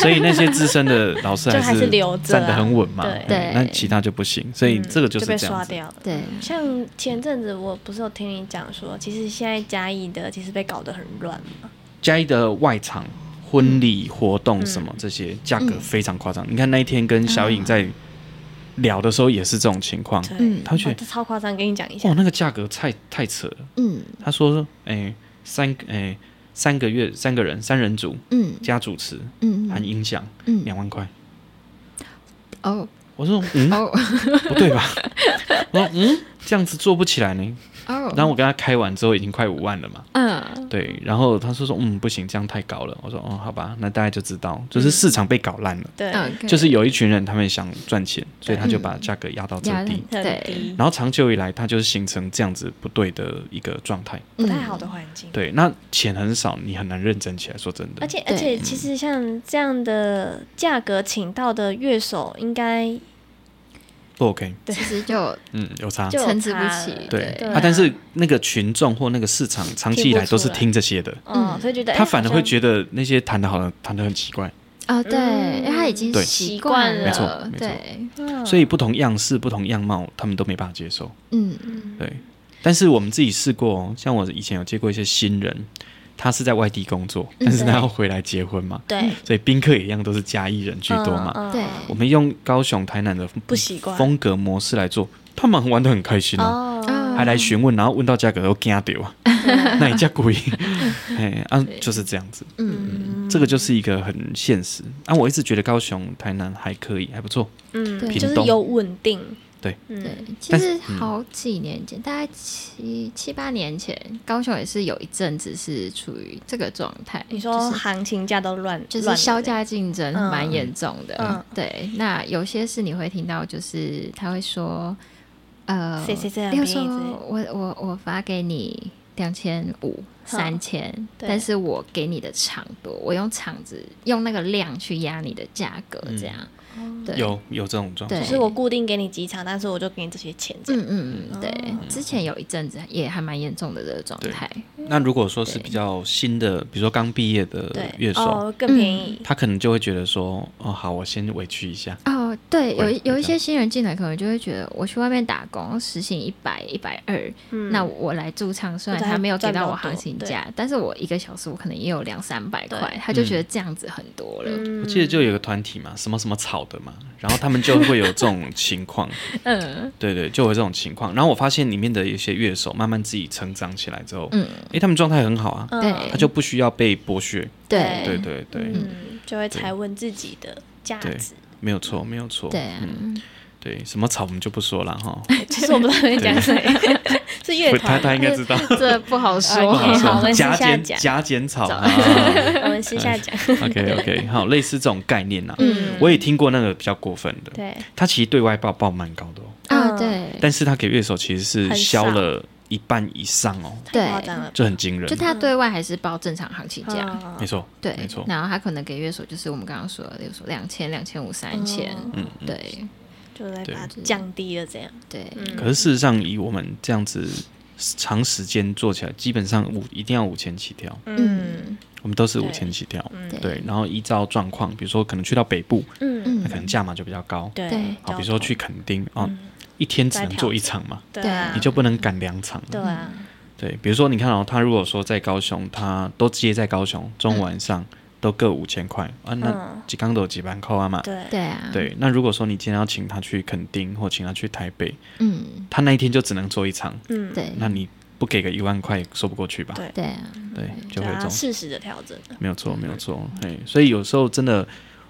S1: 所以那些资深的老师
S2: 就还
S1: 是
S2: 是留着啊
S1: 站得很稳嘛，
S2: 对
S1: 嗯那其他就不行，所以
S2: 嗯
S1: 这个
S2: 就
S1: 就是
S2: 被
S1: 这
S2: 刷
S1: 样子，
S2: 掉了。
S3: 对，
S2: 像前阵子我不是有听你讲说，其实现在嘉义的其实被搞得很乱嘛，
S1: 嘉义的外场。婚礼活动什么
S2: 嗯
S1: 这些价格非常夸张，你看那一天跟小颖在聊的时候也是这种情况，
S2: 啊对，
S3: 嗯
S1: 他觉得
S2: 哦这超夸张，跟你讲一下
S1: 哇，，那个价格太太扯了。
S3: 嗯
S1: 他说，哎、三哎、三个月三个人三人组
S3: 嗯
S1: 加主持含
S3: 嗯
S1: 音响
S3: 嗯，
S1: 两万块，
S3: 哦
S1: 我说嗯，
S3: 哦
S1: 不对吧？ 我说嗯，这样子做不起来呢。
S3: 哦，
S1: 然后我跟他开完之后已经快五万了嘛，
S3: 嗯
S1: 对。然后他说说嗯不行，这样太高了。我说哦好吧，那大家就知道，就是市场被搞烂了，
S2: 嗯对，
S3: ，OK，
S1: 就是有一群人他们想赚钱，所以他就把
S3: 嗯
S1: 价格压到最
S3: 压得
S1: 低。
S2: 很
S3: 很对，
S2: 低，
S1: 然后长久以来，它就是形成这样子不对的一个状态。
S2: 不
S3: 嗯
S2: 太好的环境。
S1: 对，那钱很少，你很难认真起来。说真
S2: 而
S1: 的，
S2: 且而且，其实像这样的价格请到的乐手，应该
S1: 不 OK，
S3: 嗯，其实就
S1: 嗯，有差。
S2: 就有
S3: 参差
S2: 差
S3: 不齐
S2: 了
S1: 对
S3: 对
S1: 啊，但是那个群众或那个市场长期以来都是听这些的，
S2: 哦
S3: 嗯，
S2: 所以觉得
S1: 他反而会
S2: 得
S1: 觉得那些弹的好的弹的很奇怪，
S3: 哦对，因为他已经
S1: 对
S3: 习
S2: 习
S3: 惯
S2: 惯
S3: 了，
S2: 了
S1: 没错没错
S3: 对，
S2: 嗯
S1: 所以不同样式、不同样貌，他们都没办法接受。
S3: 嗯
S1: 对，但是我们自己试过哦，像我以前有接过一些新人，他是在外地工作，
S2: 嗯
S1: 但是他要回来结婚嘛，
S2: 对
S1: 所以宾客也一样都是嘉义人居嗯多嘛。
S2: 嗯嗯
S3: 对
S1: 我们用高雄、台南的
S2: 不习惯
S1: 风格模式来做，他们玩的很开心哦。
S2: 哦
S3: 嗯，
S1: 还来询问，然后问到价格都惊掉 啊，那你价贵，哎啊，就是这样子。
S3: 嗯
S1: 这个就是一个很现实。啊，我一直觉得高雄、台南还可以，还不错。
S2: 嗯，
S3: 对
S2: 就是
S1: 屏东
S2: 有稳定，
S1: 对，
S3: 对
S2: 嗯，，
S3: 其
S1: 但是
S3: 实好几年前，大概七七八年前，高雄也是有一阵子是处于这个状态，
S2: 你
S3: 就
S2: 说
S3: 是
S2: 行情价都乱，
S3: 就是
S2: 乱
S3: 销
S2: 了
S3: 价竞争
S2: 嗯
S3: 蛮严重的。
S2: 嗯
S3: 对，那有些是你会听到，就是他会说，呃，
S2: 谁谁谁很
S3: 比如
S2: 便宜
S3: 说
S2: 之类的
S3: 我我我发给你两千五、三千，
S2: 对
S3: 但是我给你的场多，我用场子用那个量去压你的价格，这样。
S2: 哦
S3: 对，
S1: 有有这种状
S3: 对
S1: 况，
S2: 就是我固定给你几场，但是我就给你这些钱，这样
S3: 嗯嗯嗯，
S2: 哦
S3: 对，之前有一阵子也还蛮严重的这个状态，
S1: 那如果说是比较新的，比如说刚毕业的
S2: 对
S1: 乐，手，
S2: 哦，更便宜，
S1: 他可能就会觉得说，哦，好，我先委屈一下。
S3: 哦，对，有
S1: 会
S3: 一有
S1: 会
S3: 一
S1: 这样
S3: 些新人进来，可能就会觉得我去外面打工，时薪一百一百二，
S2: 嗯
S3: 那我来驻唱，虽然
S2: 对
S3: 他没有给
S2: 赚比
S3: 到
S2: 较
S3: 我行
S2: 多
S3: 情
S2: 对
S3: 价，但是我一个小时我可能也有两三百
S2: 对
S3: 块，他就
S1: 嗯
S3: 觉得这样子很多了。嗯
S1: 我记得就有个团体嘛，什么什么草的嘛，然后他们就会有这种情 况，
S3: 嗯
S1: 对对，就有这种情况。然后我发现里面的一些乐手慢慢自己成长起来之后，
S3: 嗯，
S1: 诶，他们状态很好啊，
S3: 对
S1: 他就不需要被剥削。
S3: 对
S1: 对对对，
S2: 嗯，就会才问自己的价值。
S1: 没有错，没有错。嗯
S3: 对啊，
S1: 对，什么草我们就不说了哈，
S2: 哎其实我不知道在讲谁， 是乐
S1: 不他
S2: 团吗，
S1: 他应该 知道。
S3: 这不
S1: 不
S3: 好
S1: 好
S2: 不
S3: 啊
S2: 好我
S1: 说，
S2: 们私
S1: 加
S2: 下
S1: 减
S2: 讲
S1: 加减草
S3: 走
S1: 啊。
S2: 我们私下讲。
S1: OK OK，好，类似这种概念啊，
S3: 嗯
S1: 嗯我也听过那个比较过分的，
S2: 对，
S1: 他其实对外报报蛮高的哦，
S3: 啊，
S2: 嗯
S3: 对
S1: 但是他给乐手其实是
S2: 很
S1: 消
S2: 少
S1: 了一半以上哦，
S2: 太夸张了吧，
S1: 这很惊人
S3: 就。他对外还是报正常行情价，
S2: 嗯
S1: 没错，
S3: 对，
S1: 没错，
S3: 然后他可能给乐手就是我们刚刚说的，比如说两千、两千五、三千，
S1: 嗯，嗯
S3: 对
S2: 就来
S1: 对
S2: 把它降低了这样。嗯
S3: 对，
S1: 可是事实上，以我们这样子长时间做起来，基本上五一定要五千起跳，
S3: 嗯
S1: 我们都是
S2: 对
S1: 五千起跳，
S3: 对
S1: 对。然后依照状况，比如说可能去到北部，
S2: 嗯，
S1: 那可
S3: 嗯，
S1: 能价码就比较高，
S2: 对
S3: 对
S1: 好，比如说去垦丁啊，
S2: 嗯
S1: 一天只能做一场嘛，
S2: 对啊，
S1: 你就不能赶两场。
S2: 对啊，
S1: 对，比如说你看哦，他如果说在高雄，他都接在高雄，中午晚上都各五千块啊，那
S2: 嗯
S1: 几刚都有几万块啊嘛。
S2: 对，
S3: 对啊，，
S1: 对，那如果说你今天要请他去垦丁或请他去台北，
S3: 嗯，
S1: 他那一天就只能做一场，
S2: 嗯，
S3: 对，
S1: 那你不给个一万块说不过去吧？
S2: 对
S3: 对啊，
S1: 对，就会有
S2: 对
S1: 这
S2: 啊，
S1: 种
S2: 适时的调整，
S1: 没有错，没有错。哎，所以有时候真的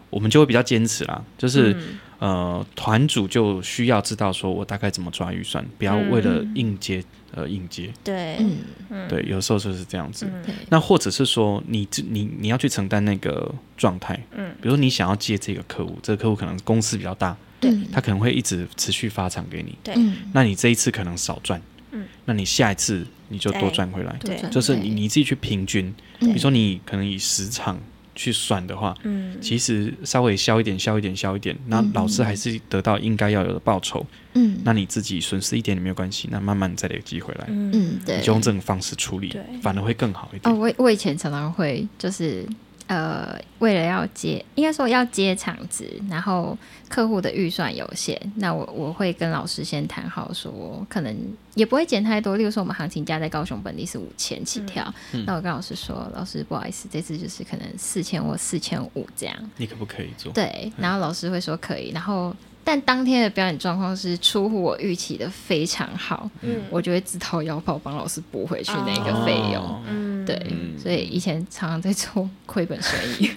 S1: 我们就会比较坚持啦，就是、
S2: 嗯
S1: 呃，团主就需要知道说我大概怎么抓预算，不要为了应接而应接。
S2: 对，
S3: 嗯，
S2: 嗯
S1: 对，有时候就是这样子。
S2: 嗯
S3: 对，
S1: 那或者是说你自你你要去承担那个状态，
S2: 嗯，
S1: 比如说你想要接这个客户，这个客户可能公司比较大，
S2: 对
S3: 嗯
S1: 他可能会一直持续发偿给你，
S2: 对
S3: 嗯，
S1: 那你这一次可能少赚，
S2: 嗯，
S1: 那你下一次你就多
S2: 对
S1: 赚回来，
S2: 对
S3: 多赚
S1: 就是你
S3: 对
S1: 你自己去平均，
S3: 对
S1: 比如说你可能以时长去算的话，
S2: 嗯，
S1: 其实稍微消一点、消一点、消一点，那
S3: 嗯
S1: 老师还是得到应该要有的报酬。
S3: 嗯
S1: 那你自己损失一点也没有关系，那慢慢再累积回来，
S2: 嗯
S3: 嗯，对
S1: 你，就用这种方式处理
S2: 对，
S1: 反而会更好一
S3: 哦，
S1: 点。
S3: 我我以前常常会就是呃，为了要接，应该说要接场子，然后客户的预算有限，那我我会跟老师先谈好说，可能也不会减太多。例如说，我们行情价在高雄本地是五千起跳，那我跟老师说，老师不好意思，这次就是可能四千或四千五这样。
S1: 你可不可以做？
S3: 对，然后老师会说可以，然后但当天的表演状况是出乎我预期的非常好，
S2: 嗯
S3: 我就会自掏腰包帮老师补回去那个
S1: 哦
S3: 费用。
S2: 嗯，
S3: 对，所以以前常常在做亏本生意。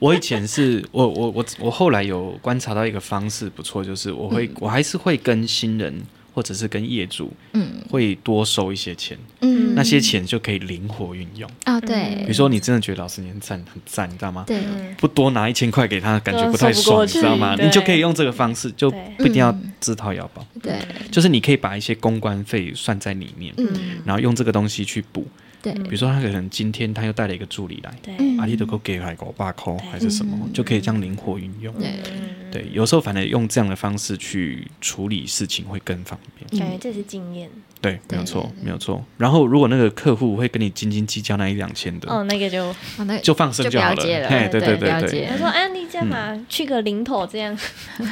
S1: 我以前是我我我我后来有观察到一个方式不错，就是我会、我还是会跟新人或者是跟业主
S3: 嗯
S1: 会多收一些钱，
S3: 嗯，
S1: 那些嗯钱就可以灵活运用。
S3: 哦，
S1: 比
S3: 对
S1: 如，说你真的觉得老师你很赞很赞，你知道吗？
S3: 对，啊
S2: 嗯
S1: 不多拿一千块给他，感觉
S2: 就
S1: 不太
S2: 说不
S1: 爽，
S2: 过
S1: 你知道吗？
S2: 去
S1: 你就
S2: 对
S1: 可以用这个方式，就
S2: 对
S1: 不一定要
S3: 嗯
S1: 自掏腰包，
S3: 对，
S2: 嗯
S1: 就是你可以把一些公关费算在里面，
S3: 嗯，
S1: 然后用这个东西去补。
S3: 对，
S1: 比如说他可能今天他又带了一个助理来，
S2: 对，
S3: 嗯
S1: 阿里德够给还五百块还是什么，就可以这样灵活运用。
S3: 对
S2: 嗯，
S1: 对，有时候反而用这样的方式去处理事情会更方便。
S2: 感觉这是经验，
S1: 对，没有
S3: 对
S1: 错，没有错。然后如果那个客户会跟你斤斤计较那一两千的，
S2: 哦，那个就
S3: 哦，那
S1: 就放生
S3: 就不
S1: 好
S3: 要接了
S1: 嘿，对
S3: 对
S1: 对
S3: 了
S1: 对，嗯
S3: 解
S2: 他说啊，你干嘛去个零头这样？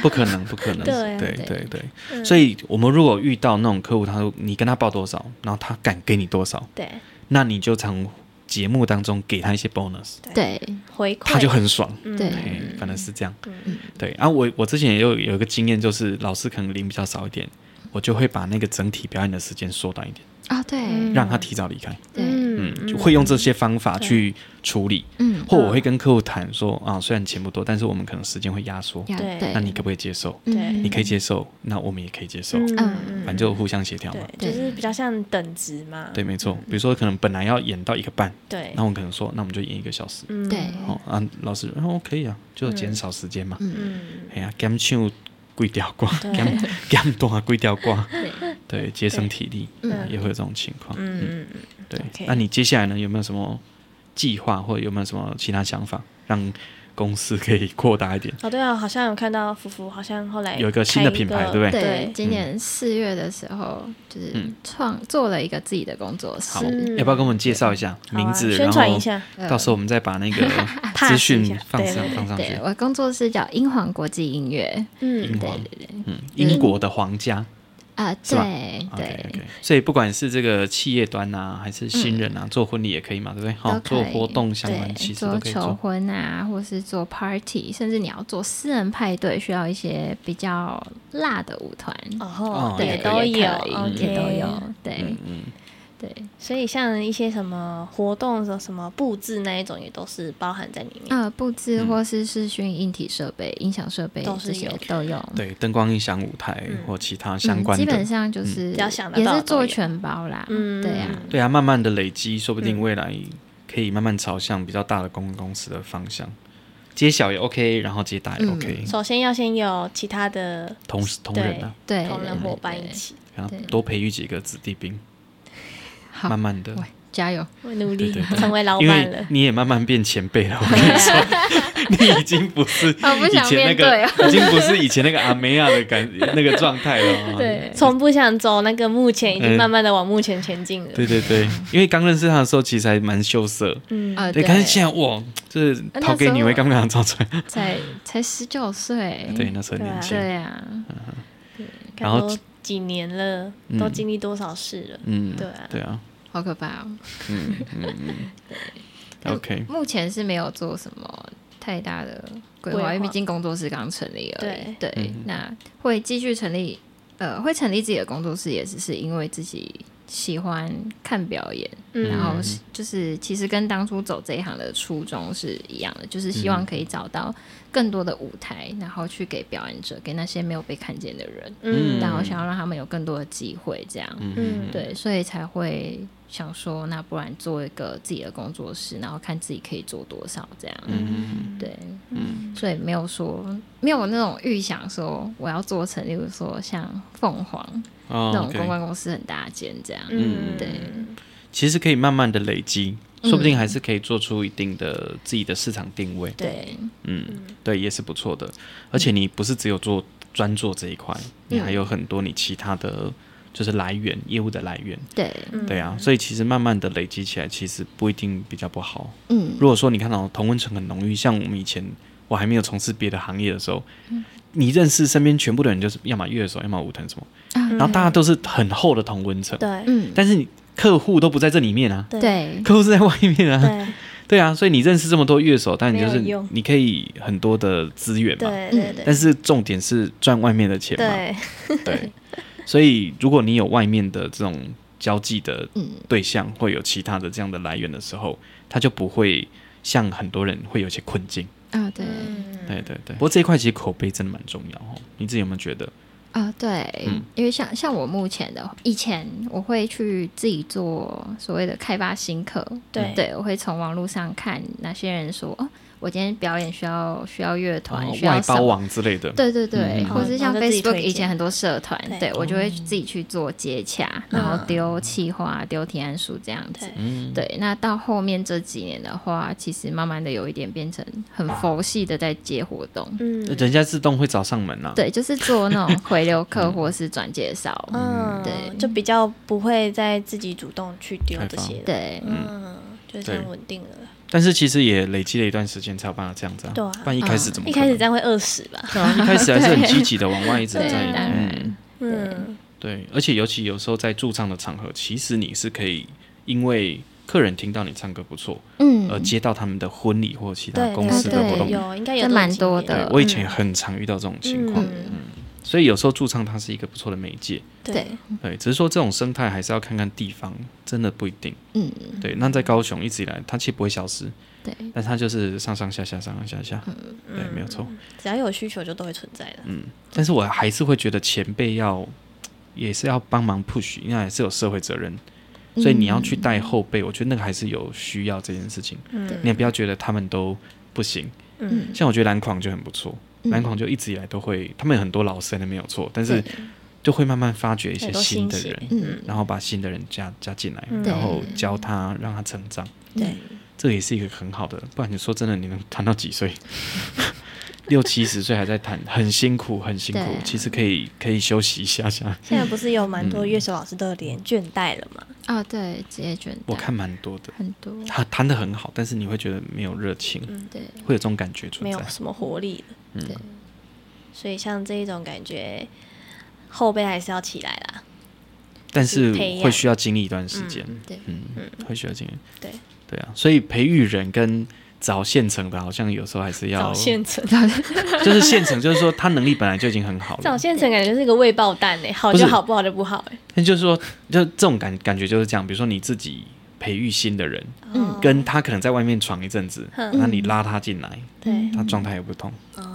S1: 不可能，不可能。
S2: 对啊
S1: 对
S3: 对
S1: 对对所以我们如果遇到那种客户，他说你跟他报多少，然后他敢给你多少，
S2: 对，
S1: 那你就从节目当中给他一些 bonus，
S3: 对
S2: 回馈
S1: 他就很爽。
S3: 对
S1: 嘿，反正是这样。
S2: 嗯
S1: 对啊，我我之前也有有一个经验，就是老师可能领比较少一点，我就会把那个整体表演的时间缩短一点，
S3: 哦，对
S2: 嗯
S1: 让他提早离开。
S3: 对，
S1: 嗯，就会用这些方法去处理，
S3: 嗯，
S1: 或我会跟客户谈说啊，虽然钱不多，但是我们可能时间会压缩，
S3: 要
S2: 对
S1: 那你可不可以接受？
S2: 对
S3: 嗯
S1: 你可以接受，那我们也可以接受。
S2: 嗯
S1: 反
S2: 嗯，
S1: 正就互相协调嘛。
S2: 对，就是比较像等值嘛，
S1: 对，没错。比如说，可能本来要演到一个半，
S2: 对
S1: 那，我可能说，那我们就演一个小时。
S2: 嗯
S3: 对，
S1: 哦啊，老师，哦，可以啊，就减少时间嘛。
S2: 嗯，
S1: 哎呀，减唱几条歌，
S2: 对
S1: 减减段几条歌，
S3: 对，
S1: 对，节省体力，嗯也会有这种情况。
S2: 嗯嗯
S1: 对
S2: OK。
S1: 那你接下来呢，有没有什么计划，或者有没有什么其他想法，让公司可以扩大一点？
S2: 哦对啊，好像有看到福福，好像后来
S1: 有一个新的品牌
S2: 开一个
S1: 对不对
S3: 对
S2: 对，，
S3: 今年四月的时候，就是
S1: 嗯
S3: 创做了一个自己的工作
S1: 好
S3: 室，，呃
S1: 要不要跟我们介绍一下
S2: 好
S1: 名
S2: 啊
S1: 字？
S2: 宣
S1: 然
S2: 传一
S1: 后
S2: 下
S3: 嗯
S1: 到时候我们再把那个资
S2: pass 一
S1: 讯
S2: 下
S1: 放
S2: 对
S1: 上
S2: 对
S1: 放上去
S3: 对。我工作室叫英皇国际音乐，
S1: 英
S2: 嗯，
S1: 皇，
S3: 对
S1: 嗯，英国的皇家，
S3: 啊，
S1: 是吧
S3: 对
S1: o k
S3: 对
S1: o，k 所以不管是这个企业端啊，还是新人啊，
S2: 嗯
S1: 做婚礼也可以嘛，对不对？好，
S3: 都
S1: 做
S3: 可以
S1: 活动相
S3: 对，
S1: 关其实
S3: 做
S1: 都可以
S3: 求
S1: 做。
S3: 婚啊，或是做 party，甚至你要做私人派对，需要一些比较辣的舞团，
S2: 哦
S1: 哦，
S3: 对，
S2: 也
S1: 也
S2: 都有
S3: 也可以也都有，，对
S1: 嗯嗯，
S3: 对，
S2: 所以像一些什么活动的什么布置那一种，也都是包含在里
S1: 嗯
S2: 面。
S3: 呃，布置或是视讯硬体设备、音响设备
S2: 都是
S3: 这些
S2: 有
S3: 都有，
S1: 对，灯光、音响、舞台
S2: 嗯
S1: 或其他
S3: 嗯
S1: 相关
S3: 基本
S1: 的。嗯
S3: 上就是
S2: 只要想得
S3: 也
S2: 到
S3: 是
S2: 的都
S3: 做
S2: 有
S3: 全包啦，
S2: 嗯
S3: 对啊，
S1: 对啊，慢慢的累积，说不定未来可以慢慢朝向比较大的公关公司的方向。接小也 OK，然后接大也
S3: 嗯
S1: OK，
S2: 首先要先有其他的
S1: 同时同人啊，
S3: 对，
S2: 同仁伙伴
S3: 对
S2: 一，起，
S1: 然后多培育几个子弟兵，
S3: 好
S1: 慢慢的
S3: 对，喂加油，
S2: 我努
S1: 对
S2: 力
S1: 对对，
S2: 成为老
S1: 因
S2: 板
S1: 为
S2: 了。
S1: 你也慢慢变前辈 了，我跟你
S2: 对啊
S1: 你已经不是
S3: 我不
S1: 以
S3: 想
S1: 前那
S3: 面
S1: 个
S3: 对哦，
S1: 已经不是以前那个阿梅亚的感 那个状态了、哦。
S3: 对，
S2: 从不想走那个幕前，已
S1: 嗯
S2: 经慢慢的往幕前前进了。
S1: 对对对，因为刚认识他的时候其实还蛮羞涩，
S2: 嗯，
S3: 啊，
S1: 对，但是现在哇，就是
S3: 呃那
S1: 掏给
S3: 时
S1: 你
S3: 候
S1: 会刚刚造出来，
S3: 才才十九岁，
S1: 对，那时候很
S2: 对啊
S1: 年轻，
S3: 哎对啊，
S1: 然
S2: 看
S1: 后
S2: 都几年了，都经历多少事了。
S1: 嗯，
S2: 对啊
S1: 对啊，
S3: 好可怕哦！
S1: OK，
S3: 目前是没有做什么太大的规
S2: 规划
S3: 划，因为毕竟工作室刚成立而已。对，
S1: 嗯
S3: 那会继续成立，呃，会成立自己的工作室，也只是因为自己喜欢看表演，
S2: 嗯
S3: 然后是就是其实跟当初走这一行的初衷是一样的，就是希望可以找到更多的舞台，然后去给表演者，给那些没有被看见的人，
S1: 嗯
S3: 然后想要让他们有更多的机会，这样。
S2: 嗯，
S3: 对，所以才会想说，那不然做一个自己的工作室，然后看自己可以做多少这样。
S1: 嗯
S3: 对，所以没有说没有那种预想说我要做成，例如说像凤凰、
S1: 哦
S3: 那种
S1: ，OK
S3: 公关公司很大间这样。
S1: 嗯
S3: 对，
S1: 其实可以慢慢的累积，
S3: 嗯
S1: 说不定还是可以做出一定的自己的市场定位。
S3: 对，
S1: 嗯，对，也是不错的。
S3: 嗯
S1: 而且你不是只有做专做这一块，你还有很多你其他的就是来源业务的来源。
S3: 对，
S2: 嗯
S1: 对啊，所以其实慢慢的累积起来，其实不一定比较不好。
S3: 嗯，
S1: 如果说你看到同温层很浓郁，像我们以前我还没有从事别的行业的时候，
S2: 嗯
S1: 你认识身边全部的人就是要么乐手，要么舞团什么，
S3: 啊
S1: 然后大家都是很厚的同温层，
S2: 对
S3: 嗯，
S1: 但是你客户都不在这里面啊，
S3: 对，
S1: 客户是在外面啊，
S2: 对
S1: 对啊，所以你认识这么多乐手，但你就
S2: 没
S1: 是
S2: 有用
S1: 你可以很多的资源 嘛，
S2: 对对对，
S1: 但是重点是赚外面的钱嘛，
S2: 对
S1: 对，所以如果你有外面的这种交际的
S3: 嗯
S1: 对象，或有其他的这样的来源的时候，他就不会像很多人会有一些困境。
S3: 啊，对，
S2: 嗯
S1: 对对对，不过这一块其实口碑真的蛮重要哦。你自己有没有觉得？
S3: 啊，对
S1: 嗯，
S3: 因为像像我目前的，以前我会去自己做所谓的开发新课，
S2: 对
S3: 对，我会从网络上看哪些人说，哦，我今天表演需要需要乐团，
S1: 哦
S3: 需要
S1: 外
S3: 什
S1: 包
S3: 么。
S1: 网之类的，
S3: 对对对，
S1: 嗯
S3: 或是
S2: 然
S3: 像
S2: 后哦就自己推
S3: Facebook
S2: 荐
S3: 以前很多社团，
S2: 对
S3: 对我就会自己去做接洽，
S2: 嗯
S3: 然后丢企划、啊丢提案书这样子
S2: 对。
S1: 嗯，
S3: 对，那到后面这几年的话，其实慢慢的有一点变成很佛系的在接活动，
S2: 嗯
S1: 人家自动会找上门啊。
S3: 对，就是做那种回流客或是转介绍，
S2: 嗯，
S3: 对
S2: 就比较不会再自己主动去丢
S1: 开
S2: 这
S1: 放
S2: 些的，
S3: 对，
S2: 嗯，就是
S1: 对
S2: 很稳定了。
S1: 但是其实也累积了一段时间才有办法这样子啊。
S2: 对啊
S1: 不然一开始怎么
S2: 一
S1: 可能？
S2: 开始这样会饿死吧？
S1: 对啊一开始还是很积极的，往外一直
S3: 对
S1: 在。
S3: 当然
S1: 嗯，
S2: 嗯，
S1: 对，而且尤其有时候在驻唱的场合，其实你是可以因为客人听到你唱歌不错，
S3: 嗯
S1: 而接到他们的婚礼或其他
S2: 对，
S1: 公司的活
S2: 对
S1: 动
S2: 对。有应该有这
S3: 这
S2: 种
S3: 蛮
S2: 经
S3: 多
S2: 验
S1: 对
S3: 的
S1: 我以
S2: 嗯
S1: 前很常遇到这种情况，
S3: 嗯
S1: 所以有时候驻唱它是一个不错的媒介。
S2: 对，
S3: 嗯
S1: 对，只是说这种生态还是要看看地方，真的不一定。
S3: 嗯，
S1: 对，那在高雄一直以来，它其实不会消失，
S3: 对，嗯
S1: 但它就是上上下下，上上下下。对，没有错。
S2: 只要有需求就都会存在的。
S1: 嗯，但是我还是会觉得前辈要也是要帮忙 push，因为还是有社会责任，所以你
S3: 嗯
S1: 要去带后辈，我觉得那个还是有需要这件事情。
S2: 嗯
S1: 你也不要觉得他们都不行，
S2: 嗯
S1: 像我觉得蓝狂就很不错，
S3: 嗯
S1: 蓝狂就一直以来都会，他们有很多老生的没有错，但是
S3: 对
S1: 就会慢慢发掘一些
S2: 很多
S1: 新
S2: 新
S1: 的
S2: 血
S1: 人，
S3: 嗯
S1: 然后把新的人加加进来，
S2: 嗯
S1: 然后教他让他成长，
S2: 对，
S1: 这也是一个很好的。不然你说真的，你能弹到几 岁？六七十岁还在弹，很辛苦，很辛苦。
S3: 对啊
S1: 其实可以可以休息一下下。
S2: 现在不是有蛮多乐手老师都有点倦怠了嘛？
S1: 嗯
S3: 啊，对，职业倦怠，
S1: 我看蛮多的，
S3: 很多，
S1: 他弹的很好，但是你会觉得没有热情，
S2: 嗯
S3: 对
S1: 会有这种感觉存
S2: 没有
S1: 在。
S2: 什么活力了，
S1: 嗯
S3: 对，
S2: 所以像这一种感觉，后辈还是要起来啦。
S1: 但是
S2: 培养
S1: 会需要经历一段时间，
S3: 对
S1: 嗯，会需要经历。
S2: 对，
S1: 对啊，所以培育人跟找现成的，好像有时候还是要嗯
S2: 找现成，
S1: 就是现成，就是说他能力本来就已经很好
S2: 找
S1: 了，
S2: 现成感觉是个未爆弹诶，好
S1: 不是
S2: 就好，不好就不好欸诶。
S1: 但就是说，就这种感感觉就是这样。比如说你自己培育新的人，
S2: 哦
S3: 嗯
S1: 跟他可能在外面闯一阵子，
S2: 嗯
S1: 那你拉他进来，
S2: 对
S1: 他状态也不同。对
S2: 嗯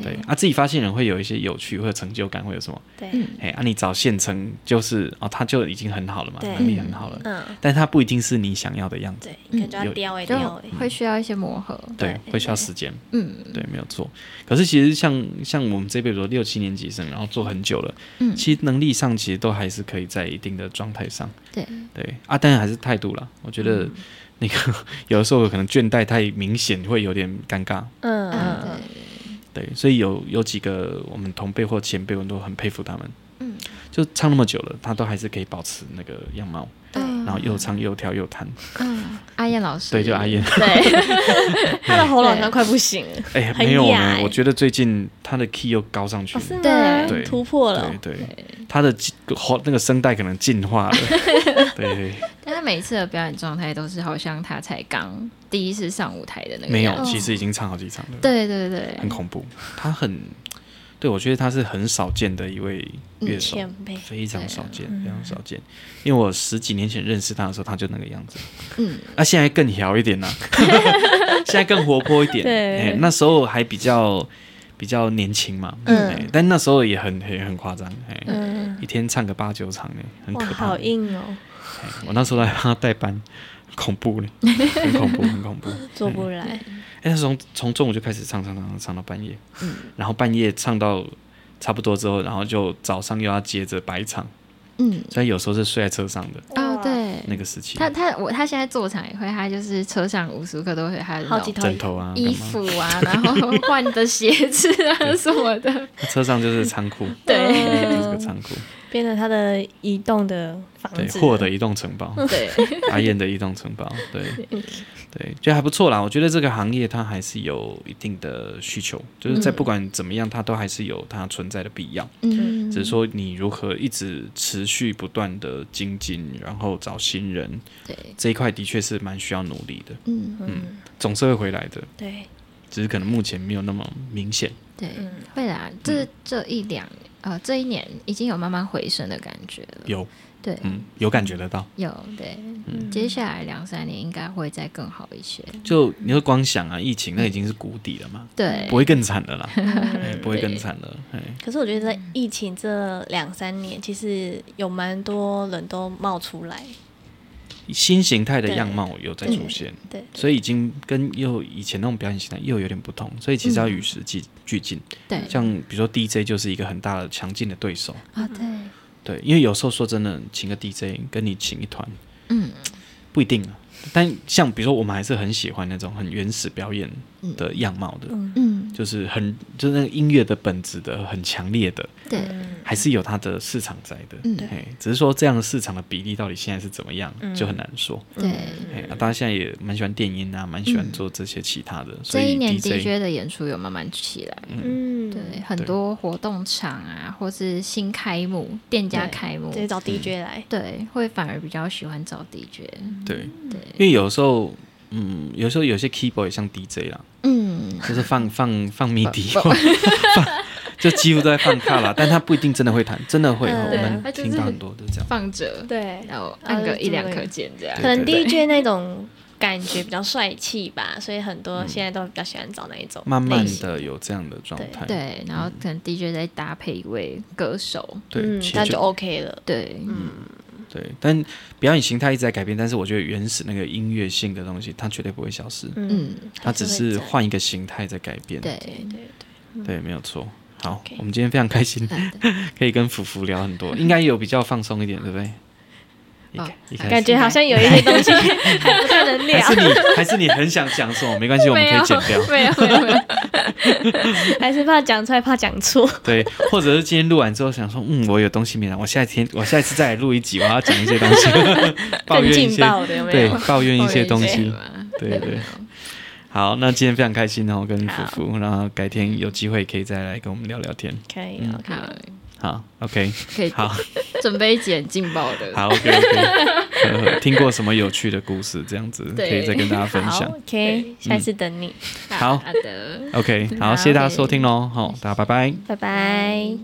S3: 对
S1: 啊，自己发现人会有一些有趣，会有成就感，会有什么？
S2: 对，
S1: 哎，啊，你找现成就是哦，他就已经很好了嘛，
S2: 对
S1: 能力很好了，
S2: 嗯，
S1: 但他不一定是你想要的样子。
S2: 对，感觉要欸雕诶
S3: 就
S2: 雕诶，
S3: 会需要一些磨合，
S1: 对，
S2: 对
S1: 会需要时间，
S3: 嗯，
S1: 对，没有错。可是其实像像我们这辈，比如说六七年级生，然后做很久了，
S3: 嗯
S1: 其实能力上其实都还是可以在一定的状态上，
S3: 对，
S1: 对啊，当然还是态度啦。我觉
S2: 嗯
S1: 得那个、 有的时候可能倦怠太明显，会有点尴尬，
S2: 嗯嗯
S3: 啊
S2: 嗯，
S1: 对，所以有有几个我们同辈或前辈，我都很佩服他们，
S3: 嗯，
S1: 就唱那么久了，他都还是可以保持那个样貌，
S3: 对，
S2: 嗯
S1: 然后又唱又跳又 弹，
S3: 嗯，阿燕老师，
S1: 对，就阿燕，
S2: 对，他的喉咙好像快不行了，
S1: 哎、
S2: 很
S1: 没有
S2: 哑
S1: 呢，
S2: 欸
S1: 我觉得最近他的 key 又高上去
S2: 哦
S1: 了。
S2: 是
S3: 对
S2: 吗？
S1: 对
S2: 突破了
S1: 对，对，他的喉那个声带可能进化了，对，
S3: 但他每一次的表演状态都是好像他才刚第一次上舞台的那个
S1: 没
S3: 样
S2: 哦
S1: 有，
S3: 子
S1: 其实已经唱好几场了，
S3: 对对对，
S1: 很恐怖。他很，对我觉得他是很少见的一位乐手，
S2: 前辈，
S1: 非常少见，
S2: 嗯
S1: 非常少见。因为我十几年前认识他的时候，他就那个样子。
S3: 嗯，
S1: 那、现在更调一点 啦、现在更活泼一点。
S2: 对
S1: 哎那时候还比较比较年轻嘛，
S2: 嗯
S1: 哎但那时候也很很很夸张，哎、
S2: 嗯，
S1: 一天唱个八九场呢，很
S2: 哇，
S1: 可怕
S2: 好。硬哦，
S1: 哎我那时候还帮他代班，恐怖呢，很恐怖，很恐怖。
S2: 做不来，
S1: 哎、他从从中午就开始唱唱唱唱到半夜，
S3: 嗯
S1: 然后半夜唱到差不多之后，然后就早上又要接着白场，
S3: 嗯
S1: 所以有时候是睡在车上的
S3: 啊、
S2: 哇，
S3: 对，
S1: 那个时期，
S3: 他他我他现在坐场也会，他就是车上无时无刻都会他的
S2: 好几
S3: 那种
S2: 套
S1: 枕头啊，干
S3: 衣
S1: 嘛
S3: 服啊，然后 换的鞋子啊什么的，
S1: 车上就是仓库，
S3: 对
S1: 哎就是个仓库，
S2: 变成他的移动的房
S1: 对，
S2: 子，
S1: 霍尔的移动城 堡，
S3: 对，
S1: 阿燕的移动城堡，对，
S3: 嗯
S1: 对，就还不错啦。我觉得这个行业它还是有一定的需求，就是在不管怎么样，它都还是有它存在的必要。
S3: 嗯，
S1: 只是说你如何一直持续不断的精进，然后找新人
S3: 对，
S1: 这一块，的确是蛮需要努力的，
S3: 嗯
S2: 嗯，
S1: 总是会回来的，
S2: 对，
S1: 只是可能目前没有那么明显。
S3: 对，
S2: 嗯
S3: 会啦，这这一两呃这一年已经有慢慢回升的感觉了，
S1: 有，
S3: 对，
S1: 嗯，有感觉得到。
S3: 有对，接下来两三年应该会再更好一些，
S1: 就你就光想啊，疫情那已经是谷底了嘛，
S3: 对
S1: 不，会更惨的啦，哎
S2: 嗯
S1: 不会更
S3: 对
S1: 惨了，哎，
S2: 可是我觉得在疫情这两三年，其实有蛮多人都冒出来，
S1: 新形态的
S2: 对
S1: 样貌有在
S3: 嗯
S1: 出现，
S2: 对，
S1: 所以已经跟又以前那种表演形态又有点不同，所以其实
S3: 嗯
S1: 要与时俱俱进。
S3: 对，
S1: 像比如说 DJ 就是一个很大的强劲的对手，
S3: 啊对，
S1: 对，因为有时候说真的，请个 DJ 跟你请一团
S3: 嗯
S1: 不一定啊。但像比如说，我们还是很喜欢那种很原始表演的样貌的，
S3: 嗯，
S1: 就是很就是那个音乐的本质的很强烈的，
S3: 对，
S2: 嗯
S1: 还是有它的市场在的。
S3: 嗯
S1: 嘿，只是说这样的市场的比例到底现在是怎么样，就很难说。
S2: 嗯
S3: 对，
S1: 哎、啊大家现在也蛮喜欢电音啊，蛮喜欢做这些其他的，所
S3: 嗯这一
S1: 以
S3: 年的
S1: DJ
S3: 确的演出有慢慢起来，
S2: 嗯，
S3: 对，很多活动场啊，或是新开幕店家开幕
S2: 直，接找 DJ 来，
S3: 对，会反而比较喜欢找 DJ，
S1: 对，因
S3: 对，
S1: 为有时候，嗯，有时候有些 keyboard 也像 DJ 啦，
S3: 嗯，
S1: 就是放放放 MIDI，放就几乎都在放卡啦，但他不一定真的会弹，真的会，
S2: 嗯
S1: 我
S3: 对
S1: 们
S3: 它就是
S1: 听到很多都这样。
S3: 放着，
S2: 对，
S3: 然后按个一两颗键这样
S2: 可，能
S1: 对
S2: DJ 那种感觉比较帅气吧，所以很多现在都比较喜欢找那一种
S1: 慢慢
S2: 类型
S1: 的有这样的状态，
S3: 对，然后可能 DJ 再搭配一位歌手，
S1: 对，
S2: 嗯
S1: 其，
S2: 那
S1: 实
S2: 就 OK 了，
S3: 对，
S1: 对，但表演形态一直在改变，但是我觉得原始那个音乐性的东西，它绝对不会消失，
S2: 嗯，
S3: 嗯，
S1: 它只是
S2: 还会在
S1: 换一个形态在改变，
S2: 对
S3: 对，
S2: 对
S1: 对，没有错。好
S2: OK
S1: 我们今天非常开心，
S3: 嗯
S1: 可以跟福福聊很多，应该有比较放松一点，对不对？一
S3: 哦
S1: 一
S2: 对，
S1: 开
S2: 感
S1: 始
S2: 觉好像有一些东 西还不太能
S1: 还
S2: 聊，
S1: 是你还是你很想讲什么？没关系，我们可以剪掉。
S3: 没有没有没有，
S2: 还是怕讲出来怕讲错，
S1: 对，或者是今天录完之后想说，嗯，我有东西没讲，我下一天我下一次再来录一集，我要讲一些东西， 抱
S2: 更
S1: 怨一
S2: 劲
S1: 些，
S2: 爆的有 没
S1: 对
S2: 有？，
S1: 抱怨一些东
S3: 抱怨一
S1: 西
S3: 下。嘛
S1: 对
S3: 没有啊
S1: 对
S3: 没有
S1: 好，那今天非常开心哦，跟福福，然后改天有机会可以再来跟我们聊聊天。
S2: 可以
S1: 嗯
S2: ，OK，
S3: 好，
S1: 好，OK，
S3: 可以
S1: 好，
S3: 准备一剪劲爆的，
S1: 好，OK，OK，、呵呵听过什么有趣的故事？这样子可
S3: 对
S1: 以再跟大家分
S2: 好
S1: 享。
S2: ，OK，下次等你，
S1: 好
S3: 好的。
S1: 哦 OK，好，谢谢大家收听喽，好，大家拜拜。
S2: 拜拜。